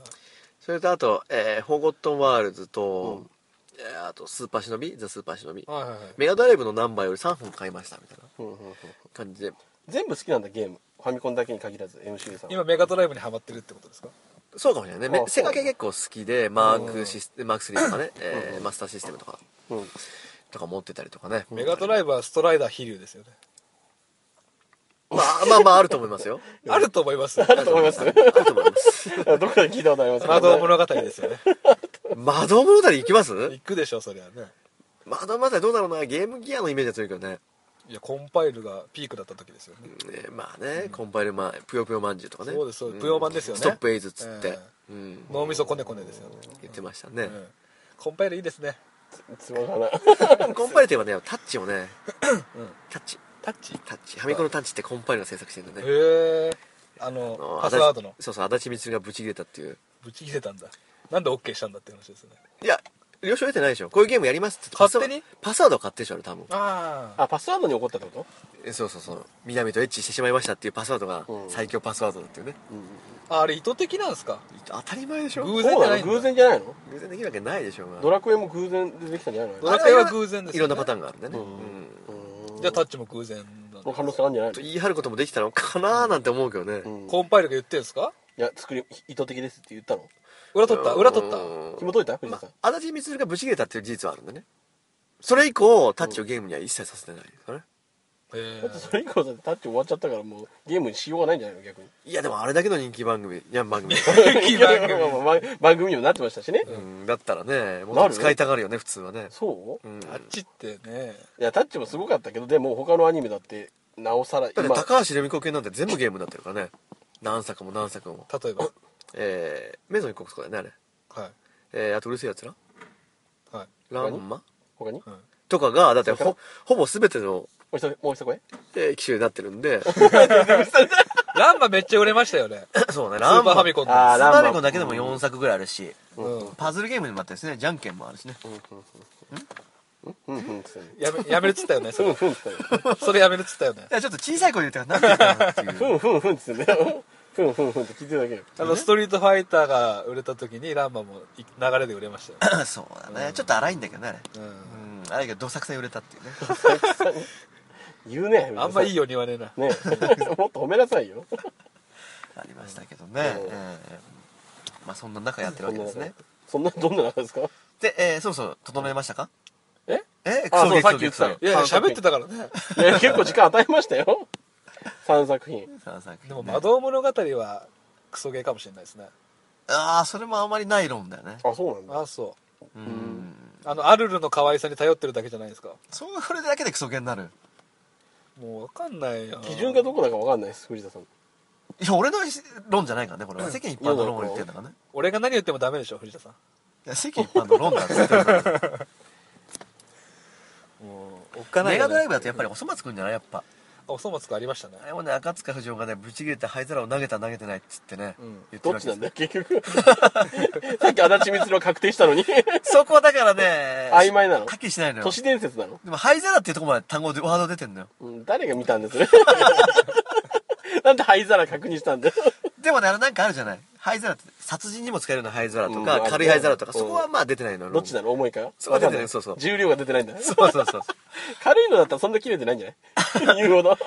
S1: それとあと、えー、フォーゴットンワールズと、えーあとスーパーシノビザ・スーパーシノビ
S3: はいはいはい。
S1: メガドライブのナンバーより3本買いましたみたいな
S2: うんうんうん
S1: 感じで
S2: 全部好きなんだ、ゲーム。ファミコンだけに限らず、MC さん。
S3: 今メガドライブにハマってるってことですか
S1: そうかもしれないね
S2: あ
S1: めセガ系結構好きでマー
S3: うん
S1: クシスマーク3とかね、えーマスターシステムとか
S2: うん。
S1: とか持ってたりとかね
S3: メガドライブはストライダー飛竜ですよね。
S1: まあまあまああると思いますよ
S3: あると思います。
S2: あると思います。あ
S1: あると思います
S2: どこかで聞いた ことあります
S3: 窓物語ですよね。
S1: 窓物語行きます
S3: 行くでしょ、そりゃね。
S1: 窓物語どうだろうなゲームギアのイメージが強いけどね
S3: いや、コンパイルがピークだった時ですよね。
S1: ねまあね、コンパイルマンぷよぷよまんじゅうとかね
S3: そうですそうですぷよまんですよね
S1: ストップエイズっつって、うん、
S3: 脳みそコネコネですよね。
S1: 言ってましたね、
S3: うんコンパイルいいですね。
S2: つまらない。
S1: コンパイルといえばねタッチをね、タッチ
S3: タッチ
S1: タッチファミコンのタッチってコンパイルが制作してるんだね
S3: へえ。あ
S1: あの
S3: の、パスワードの
S1: 足。立そうそう足立光がブチ切れたっていう
S3: ぶち切れたんだ。なんで OK したんだって話ですね。
S1: いや了承得てないでしょこういうゲームやりますって言って
S3: 勝手に
S1: パスワードパスワード買ってるでしょあれ多分
S3: ああ。
S2: あ、パスワードに怒ったってこ
S1: えそうそうそう南とエッチしてしまいましたっていうパスワードが
S2: うん
S1: 最強パスワードだっていうね、
S2: とうん。
S3: ああれ意図的なんですか
S1: 当たり前でしょ
S3: 偶
S2: そ
S3: 然
S2: うな
S3: じゃな
S2: の
S3: いんだ
S2: 偶然じゃないの
S1: 偶然できるわけないでしょうが
S2: ドラクエも偶然でできたんじゃない
S3: ド
S2: の
S3: ラクエは偶然ですよね
S1: いろんなパターンがあるんだよね、
S2: うん
S1: うん
S3: じゃあタッチも偶然なんだ
S2: の可能性あるんじゃない
S1: と
S2: の
S1: 言い張ることもできたのかなーなんて思うけどね、
S2: うんい
S3: コンパイルが言ってるんですか
S2: や、作り、意図的ですって言ったの
S3: 裏取った裏取った
S1: うん
S2: 紐解いた藤
S1: ま
S2: 田さん。
S1: あ、足立光がブチ切れたっていう事実はあるんだねそれ以降タッチをゲームには一切させてないですよね、
S3: へ
S2: だってそれ以降だってタッチ終わっちゃったからもうゲームにしようがないんじゃないの逆に。
S1: いやでもあれだけの人気番組いや番 組、
S3: え 気番
S2: いやまあ
S3: 組
S2: まあ番組にもなってましたしね。
S1: うん、だったらねもっと使いたがるよね普通はね、
S2: そう
S1: うん、
S3: あっちってね
S2: いや、タッチもすごかったけど、でも他のアニメだって、なおさら、
S1: だって
S2: 今、
S1: 高橋留美子系なんて全部ゲームになってるからね何作も何作も
S3: 例えば
S1: えー、メゾン一国とかだよねあれ
S3: は
S1: えー、あとうるせえやつら
S3: いはい
S1: ランマ
S2: 他に
S3: はい
S1: とかがだって
S2: それ
S1: ほほぼ全ての、
S2: もう一声、もう一声
S1: えー機種になってるんで
S3: ランマめっちゃ売れましたよね
S1: そうね
S3: スーパーファ
S1: ミ
S3: ミ
S1: コン
S3: コン
S2: あー
S3: の
S1: ス
S2: ラ
S1: ー
S2: ン
S1: パー
S2: マ
S1: ファミコンだけでも4作ぐらいあるし、
S3: うん
S1: パズルゲームにもあったりですねじゃんけんもあるしね
S2: うん、うん、つって
S3: やめやめるっつったよねそ
S2: うん、
S3: れ
S2: ふん、つって
S3: それやめるっつったよね
S1: いやちょっと小さい声で言ってたから何て言うかなって
S2: ふ、
S1: いうん
S2: ふん、ふん、つってね。ふん、ふん、ふんって聞いてるだけよ。
S3: あのストリートファイターが売れた時にランマもい流れで売れましたよ
S1: そうだね、ちょっと荒いんだけどねあれ
S3: うん
S1: うんあれがどさくさに売れたっていうね
S2: 言うね。
S3: あんまいい
S2: よ。
S3: ように言わねえな
S2: ね もっと褒めなさいよ。
S1: ありましたけどね、
S2: うん
S1: ええまあそんな中やってるわけですね
S2: そんな、どんな中ですか
S1: で、えー、そろそろ整えましたか
S2: え
S1: え
S2: あそう
S1: クソゲー
S2: さっき言ってたよ
S1: ク
S3: いやいや
S2: 三作
S3: 喋
S2: 品
S3: ってたからね
S2: いや結構時間与えましたよ。3作品。
S1: ソゲーさあさあ
S3: でも
S1: ね
S3: 窓物語はクソゲーかもしれないですね
S1: ああそれもあんまりない論だよね
S2: あ、そうなんだ。
S3: ああそう
S1: うん
S3: あのアルルの可愛さに頼ってるだけじゃないですか
S1: そうそれだけでクソゲーになる
S3: もうわかんないよ
S2: 基準がどこだかわかんないです、藤田さん。
S1: いや俺の論じゃないからねこれは世間一般の論を言ってんだからね
S3: 俺が何言ってもダメでしょ藤田さ
S1: いや世間一般の論だって言ってるから
S3: んもうおっかない
S1: メガ
S3: よね
S1: ドライブだとやっぱりおそ松くんじゃないやっぱ
S3: お粗末くありましたね
S1: あれもね赤塚不二夫がねぶち切れて灰皿を投げた投げてないっつってね、
S3: うん
S1: 言ってる
S2: どっ
S1: わ
S2: ち
S1: けで
S2: な
S1: す
S2: んだよ、結局。 さっき足立光は確定したのに。
S1: そこはだからね
S2: 曖昧なの
S1: はっきりしないの
S2: 都
S1: よ
S2: 市伝説なの
S1: でも灰皿っていうとこまで単語でワード出て んのよ
S2: うん誰が見たんですね なんで灰皿確認したんだよ
S1: でもねあれなんかあるじゃない灰皿って殺人にも使えるような灰皿と
S2: うん
S1: か、
S2: あるね
S1: 軽い灰皿とか、
S2: うん
S1: そこはまあ出てないのよ
S2: どっちなの重いから
S1: そこは出てない
S2: わかん
S1: そうそう
S2: 重量が出てないんだ
S1: そうそうそうそう
S2: 軽いのだったらそんな切れてないんじゃない 言う ほど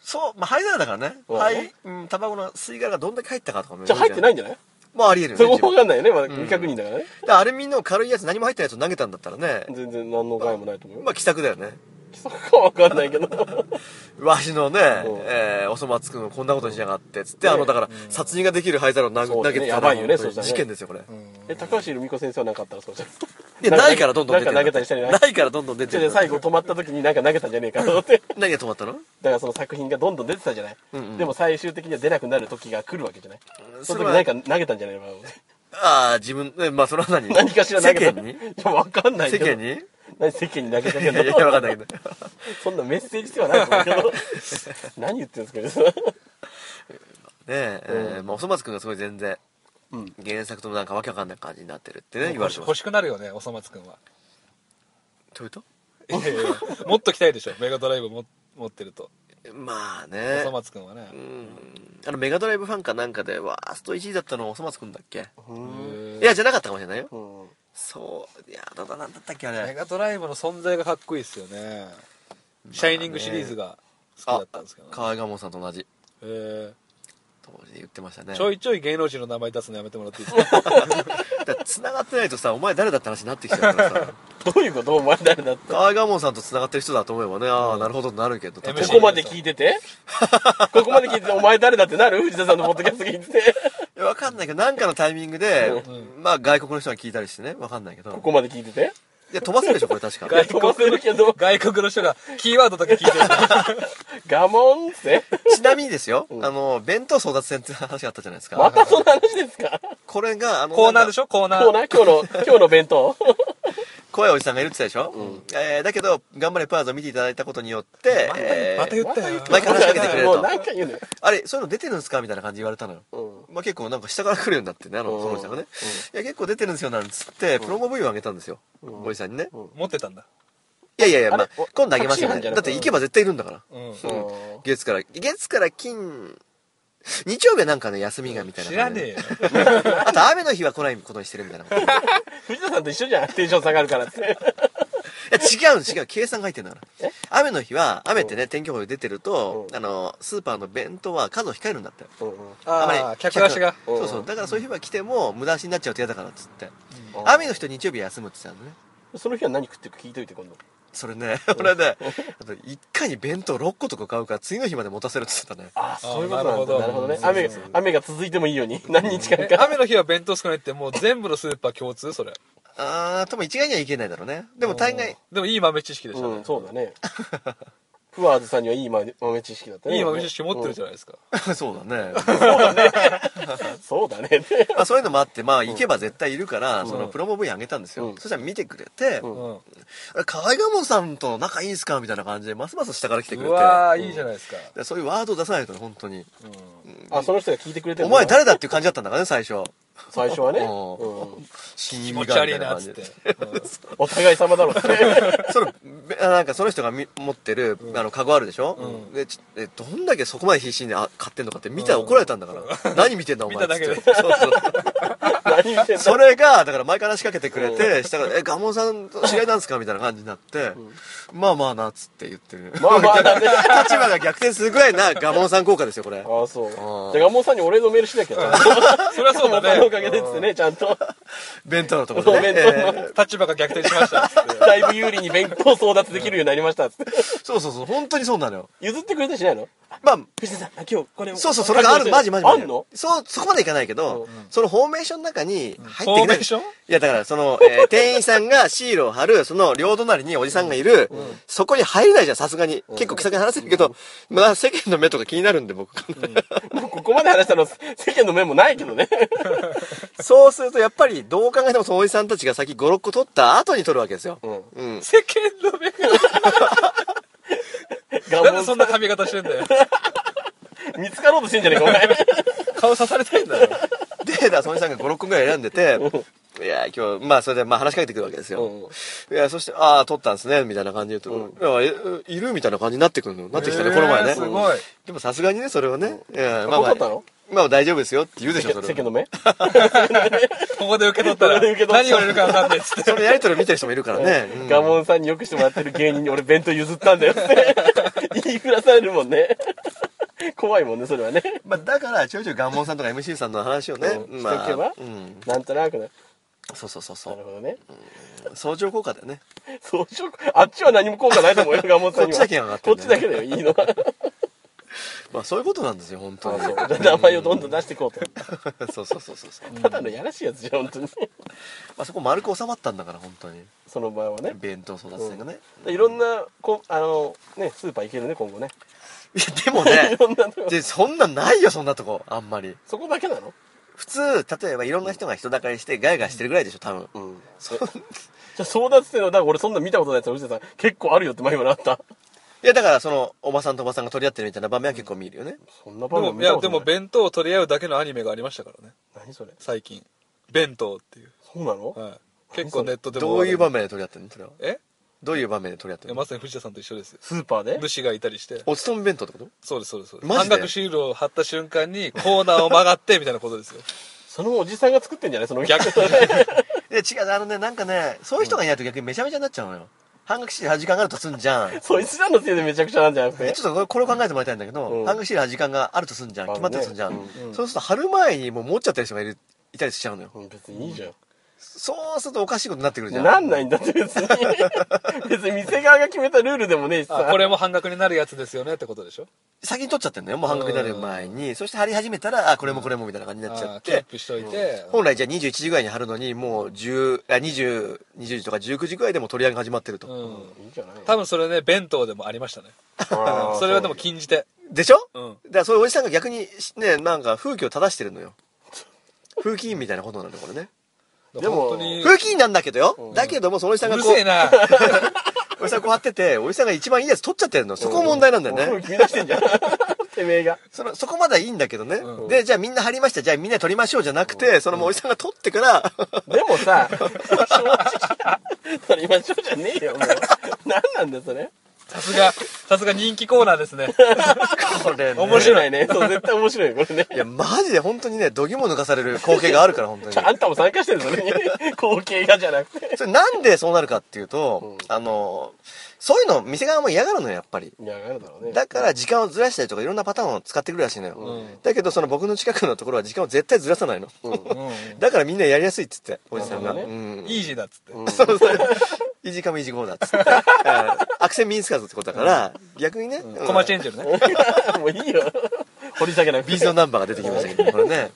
S1: そうまあ灰皿だからね
S2: うん
S1: 灰うん卵の吸い殻がどんだけ入ったかとかも
S2: じゃあ入ってないいんじゃない
S1: まあありえるよ
S2: そ
S1: ね
S2: こ
S1: 自
S2: も
S1: 分
S2: わかんないよねまだ未確認だからね、
S1: だからあれみんな軽いやつ何も入ってないやつ投げたんだったらね
S2: 全然何の害もないと思うよ、
S1: まあ気さくだよね
S2: そこはわかんないけど
S1: わしのね、
S2: うん
S1: えーおそ松くんをこんなことにしやがってっつって、あのだから、殺人ができる灰皿を投げ
S2: そうだ
S1: 投げて
S2: ね
S1: た
S2: やばいよね
S1: 本当に
S2: そうしたらね
S1: 事件ですよこれ、い
S2: え高橋留美子先生は何かあったらそうじゃん
S1: やないからどんどん出てる
S2: なんか投げたりしたり
S1: な
S2: ない
S1: からどんどん出て
S2: で
S1: る
S2: 最後止まった時に何か投げたんじゃねえかと思って
S1: 何が止まったの
S2: だからその作品がどんどん出てたじゃない、
S1: んうん
S2: でも最終的には出なくなる時が来るわけじゃない、
S1: うん
S2: そ
S1: そ
S2: の
S1: れ
S2: 時
S1: は
S2: 何か投げたんじゃないのかな
S1: ああ自分えまあそれは何
S2: 何かしら投
S1: 世
S2: げた
S1: 間に
S2: いや わかんないけ
S1: 世
S2: ど
S1: 間に
S2: 何世間に投げか
S1: い
S2: け
S1: や
S2: る
S1: い
S2: の
S1: や分かんないけど
S2: そんなメッセージではないと思うけど 何言ってるんですかね
S1: ねえ、えーまあ、おそ松くんがすごい全然
S2: うん
S1: 原作ともなんかわけわかんない感じになってるってね言わ
S3: 欲
S1: れ
S3: して
S1: ま
S3: 欲
S1: す
S3: しくなるよね、おそ松くんは。
S1: というと
S3: いやいやいやもっと来たいでしょ、メガドライブも持ってると。
S1: まあ
S3: お
S1: ね
S3: そ松くんはね
S1: う。んあのメガドライブファンかなんかでワースト1位だったのおそ松くんだっけ
S2: うん
S1: いやじゃなかったかもしれないよ
S2: うん
S1: そういやどうだなんだったっけあ
S3: メ
S1: れ
S3: ガドライブの存在がかっこいいですよね。シャイニングシリーズが好きだったんですけどね。
S1: 川鴨さんと同じ
S3: えー
S1: 当時で言ってましたね
S3: ちょいちょい芸能人の名前出すのやめてもらっていいですか
S1: だから繋がってないとさお前誰だって話になってきちゃうから さ
S2: どういうことお前誰だったこ
S1: 川鴨さんと繋がってる人だと思えばねああなるほどってなるけど
S3: MC
S2: こまで聞いてて ここまで聞いててお前誰だってなる藤田さんのポッドキャスト聞いて て
S1: いやわかんないけどなんかのタイミングでまあ外国の人が聞いたりしてねわかんないけど
S2: ここまで聞いてて
S1: いや飛ばせるでしょこれ確か
S3: 外
S2: 飛ばせるけど
S3: 外国の人がキーワードだけ聞いてる。
S2: 我慢って
S1: ちなみにですよ、あの、弁当争奪戦って話があったじゃないですか。
S2: またその話ですか
S1: これが、あの、
S3: コーナーでし
S1: ょ
S3: ょコーナー。
S2: コーナー今日の今日の弁当
S1: 怖いおじさんがいるって言ってたでしょ、えー、だけど、頑張れパワーズを見ていただいたことによって、え
S3: また
S1: ー、
S3: 言ったよ。
S1: 毎回話しかけてくれる
S2: もう
S1: と。
S2: 何回言うのよ
S1: あれ、そういうの出てるんですかみたいな感じで言われたのよ。
S2: うん
S1: まあ、結構なんか下から来るようになってね、あの、そのおじさんがね。いや、結構出てるんですよ、なんつって、プロモ V をあげたんですよ。おじさんにね。
S3: 持ってたんだ。
S1: いやいやいや、まあ
S2: あれお、
S1: 今度あげますよ、
S2: タクシー班
S1: ね。
S2: じゃ
S1: だ
S2: な
S1: っ
S2: く
S1: て行けば絶対いるんだから。
S3: うん。
S2: うん
S1: 月から、月から金、日曜日はなんかね、休みがみたいな
S3: 知
S1: 感じ
S3: らね
S1: で。
S3: えよ。
S1: あと雨の日は来ないことにしてるみたいなことい
S2: 藤田さんと一緒じゃんテンション下がるからって
S1: や違う違う計算が入ってんだから雨の日は雨ってね天気予報で出てると
S2: うん
S1: あのスーパーの弁当は数を控えるんだって
S3: ああ、客足が。
S1: そうそうだからそういう日は来ても無駄足になっちゃうと嫌だからっつって
S2: うん
S1: 雨の日と日曜日休むって言ってたのね
S2: その日は何食ってるか聞いといて今度
S1: それね 俺ねあと一回に弁当6個とか買うから次の日まで持たせるって言ってたね
S2: ああそういうことなんだ
S3: あ
S2: な
S3: なる
S2: る
S3: ほ
S2: ほ
S3: ど
S2: ど
S3: ね
S2: ね雨が雨が続いてもいいように何日間
S3: え
S2: か
S3: 雨の日は弁当少ないってもう全部のスーパー共通それ。
S1: あー多分一概にはいけないだろうねでも大概
S3: でもいい豆知識でした
S2: う
S3: ね
S2: ん。そうだ ねフワーズさんにはいい豆豆知識だったね
S3: いい豆知識持ってるじゃないですか。
S1: そうだね
S2: そうだね
S1: まあそういうのもあってまあ行けば絶対いるからそのプロモ V あげたんです
S2: う
S1: よ
S2: ん
S1: そしたら見てくれて
S2: うん
S3: うん。
S1: 河合賀門さんと仲いいんすかみたいな感じでますます下から来てくれ
S3: う
S1: て
S3: わーいいじゃないですか。
S1: でそういうワードを出さないとね本当に
S2: あその人が聞いてくれて
S1: お
S2: るんだ
S1: 前誰だっていう感じだったんだからね最初
S2: 最初はね
S1: うん
S2: うん
S1: 死
S3: 気
S1: に
S3: 持
S1: み
S3: ち
S1: が
S3: 悪
S1: みた
S3: い
S1: いな
S3: なっ
S1: 感
S3: つ
S1: じ
S3: って
S1: で。
S3: うん
S2: お互い様だろう ね
S1: そのべあなんかその人がみ持ってるあのカゴあるでしょ
S3: うん
S1: でちえどんだけそこまで必死にあ買ってんのかって見たら怒られたんだから何見てんだお前
S3: 見ただけで
S1: つってそうそう
S2: 何見てん
S1: そ
S2: だ
S1: れがだから前から仕掛けてくれて下から「え賀門さんと知り合いなんですか?」みたいな感じになって「まあまあな」っつって言ってる
S2: まあまあだね
S1: 立場が逆転するぐらいな賀門さん効果ですよこれ
S2: ああそうじゃあガモさんにお礼のメールしなきゃちゃんと
S3: そりゃそう
S2: お
S3: だ
S2: 前のおか
S3: ね。
S2: げでっつってねちゃんと
S1: 弁当のとこ
S2: そ
S1: ろ
S2: う
S1: で、
S2: 弁
S1: ね
S2: 当の
S1: えー
S3: 立場が逆転しましたっつって。
S2: だいぶ有利に弁当争奪できるようになりましたっつって
S1: そうそうそう本当にそうなのよ
S2: 譲ってくれたりしないの
S1: まあ
S2: 藤田さんあ今日これを
S1: そうそうそれがあるマジマジマ
S2: あ
S1: ジ
S2: んの
S1: そうそこまでいかないけど、そのフォーメーションの中に入ってきて
S3: フォーメーション
S1: いやだからその、えー店員さんがシールを貼るその両隣におじさんがいる、そこに入れないじゃんさすがに、結構気さくに話せるけど、まあ世間の目とか気になるんで僕、
S2: もうここまで話したの世間の目もないけどね
S1: そうするとやっぱりどう考えてもそのおじさんたちが先56個取った後に取るわけですよ、
S2: うん
S1: うん、
S3: 世間の目が。
S2: ガ
S3: なん
S2: モ
S3: でそ
S2: さ
S3: んな髪型してんだよ。
S2: ん見つかろうとしてんじゃねえかお前
S3: 顔刺されたいんだよ。
S1: でだからそのおじさんが56個ぐらい選んでていや今日まあそれでまあ話しかけてくるわけですよ、いやそして「ああ取ったんですね」みたいな感じで言うと「いやえいる?」みたいな感じになってくるのなってきたね、
S3: えー
S1: この前ね
S3: すごい
S1: でもさすがにねそれはね「いや
S2: わかったの
S1: まあ大丈夫ですよ」って言うでしょそれ
S2: 世間の目
S3: ここで受け取ったら
S2: ここで受け取った
S3: 何言われるか分かんないっつって
S1: そのやり取りを見てる人もいるから ね、うん
S2: ガモンさんによくしてもらってる芸人に俺弁当譲ったんだよ って言いふらされるもんね怖いもんねそれはね
S1: まあ、だからちょいちょいガンモンさんとか MC さんの話をね、
S2: うん
S1: まあ、
S2: しておけば
S1: うん、
S2: なんとなくな
S1: そうそうそうそ
S2: なる
S1: う
S2: ほどね
S1: 相乗効果だよね
S2: そうしようあっちは何も効果ないと思うよガモンさんには
S1: こっちだけ上がって
S2: こ
S1: ん
S2: っ
S1: だ
S2: ち
S1: よね
S2: だけだよいいのは
S1: まあそういうことなんですよ本当に
S2: そうじゃあ名前をどんどん出していこう と
S1: そうそうそうそうそう、ま
S2: ただのやらしいやつじゃん本当に
S1: あ、そこ丸く収まったんだから本当に
S2: その場合はね
S1: 弁当争奪戦がね、
S2: いろんなこあのねスーパー行けるね今後ね
S1: いやでもね
S2: いろんなとこ
S1: でそんなんないよそんなとこあんまり
S2: そこだけなの
S1: 普通例えばいろんな人が人だかりしてガヤガヤしてるぐらいでしょ多分、
S2: うんじゃあ争奪戦のだから俺そんな見たことないやつ藤田さん結構あるよって前もなった
S1: いやだからそのおばさんとおばさんが取り合ってるみたいな場面は結構見るよね、
S2: そんな
S3: で
S2: 番
S3: も
S2: 組
S3: い
S2: 見た
S3: や
S2: こ
S3: で
S2: とない
S3: も弁当を取り合うだけのアニメがありましたからね
S2: 何それ
S3: 最近弁当っていう、
S2: そうなの、
S3: はい、結構ネットでも
S1: どういう場面で取り合ってるのそれは
S3: え
S1: どういう場面で取り合って
S3: い
S1: る
S3: や
S1: の
S3: まさに藤田さんと一緒ですよ
S2: スーパーで
S3: 主がいたりして
S1: お勤め弁当ってこと
S3: そうですそうですそうです
S1: マ
S3: 半
S1: ジで
S3: 額シールを貼った瞬間にコーナーを曲がってみたいなことですよ
S2: そのおじさんが作ってんじゃないその逆 に
S1: いや違うあのねなんかねそういう人がいないと逆にめちゃめちゃになっちゃうのよ半額シールは時間があるとすんじゃんち
S2: そいつらのせいでめちゃくちゃなんじゃなく
S1: ょ
S2: て
S1: っとこれこれを考えてもらいたいんだけど、
S2: うん
S1: 半額シールは時間があるとすんじゃん
S2: ある
S1: 決
S2: ね
S1: まってるとすんじゃん、
S2: うん
S1: そうすると貼る前にもう持っちゃってる人がいるいたりしちゃうのよ
S2: うん別にいいじゃん
S1: そうするとおかしいことになってくるじゃん
S2: なんないんだって別に別に店側が決めたルールでもねえし
S3: あ
S2: さ
S3: これも半額になるやつですよねってことでしょ
S1: 先に取っちゃってんのよもう半額になる前にそして貼り始めたらあこれもこれもみたいな感じになっちゃ
S3: あ
S1: っ
S3: キー
S1: て
S3: プしといて、
S1: 本来じゃあ21時ぐらいに貼るのにもう10あ20 20時とか19時ぐらいでもう取り上げが始まってると、
S3: うん
S2: いいじゃない
S3: 多分それね弁当でもありましたね
S2: あー
S3: それはでも禁じ手
S1: でしょ、
S3: うん
S1: だからそういうおじさんが逆にねなんか風紀を正してるのよ風紀委員みたいなことなのよこれね
S2: でも
S3: 本当に
S1: 風紀委員なんだけどよ、だけどもそのおじさん
S3: う
S1: が
S3: る
S1: こう
S3: せえな
S1: おじさんこうやってておじさんが一番いいやつ取っちゃってるのそこ問題なんだよね、
S2: そう決め出してんじゃんてめえが
S1: そのそこまではいいんだけどね、
S3: うん
S1: でじゃあみんな貼りましたじゃあみんな取りましょうじゃなくて、そのもうおじさんが取ってから、
S2: でもさ正直取りましょうじゃねえよもう何なんだよそれ
S3: さすがさすが人気コーナーですね
S1: これね
S3: 面白い
S2: いねそう絶対面白いよこれね
S1: いやマジで本当にね度肝抜かされる光景があるから 本当に
S2: あんたも参加してるそれに光景がじゃなくて
S1: それなんでそうなるかっていうと、あのそういうの店側も嫌がるのよやっぱり
S2: いやあるだろうね
S1: だから時間をずらしたりとかいろんなパターンを使ってくるらしいのよ、
S3: ん
S1: だけどその僕の近くのところは時間を絶対ずらさないの、
S3: うんうん
S1: だからみんなやりやすいっつっておじさんが、
S2: なるほど
S1: うん
S3: イージーだっつって、
S1: そうそうイージーカムイージーゴーだっつってうんアクセンミンスカーズってことだから、逆にね、うん
S3: コマチェンジェルね
S2: もういいよ掘り下げなくて
S1: ビーズのナンバーが出てきましたけどねこれね、っ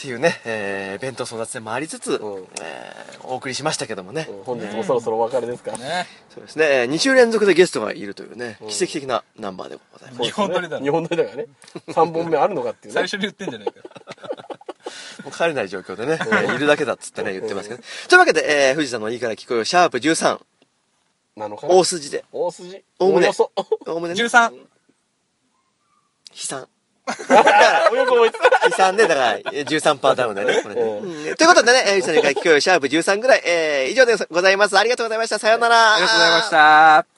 S1: ていうね、えー弁当争奪戦もありつつ、
S2: うん
S1: えーお送りしましたけどもね、
S2: 本日もそろそろお別れですか
S3: ね
S1: そうですね、え2週連続でゲストがいるというね、奇跡的なナンバーでございます、
S3: 日本撮りだね
S2: 日本撮りだからね3本目あるのかっていう
S3: 最
S2: ね
S3: 初に言ってんじゃないか
S1: もう帰れない状況でね、えーいるだけだっつってね、言ってますけど、というわけで、えー、富士山のいいから聞こえよ、シャープ13、
S2: なのかな
S1: 大筋で、
S2: 大筋
S1: おおむね
S2: よそ
S1: おおむねね、悲
S3: 13
S1: 惨。
S2: およく思いつか
S1: 悲惨で、だから、えー13パーダウンだね、これね。
S2: う
S1: うんということでね、えー富士山のいいから聞こえよ、シャープ13ぐらい、えー以上でございます。ありがとうございました。さようなら。あり
S3: た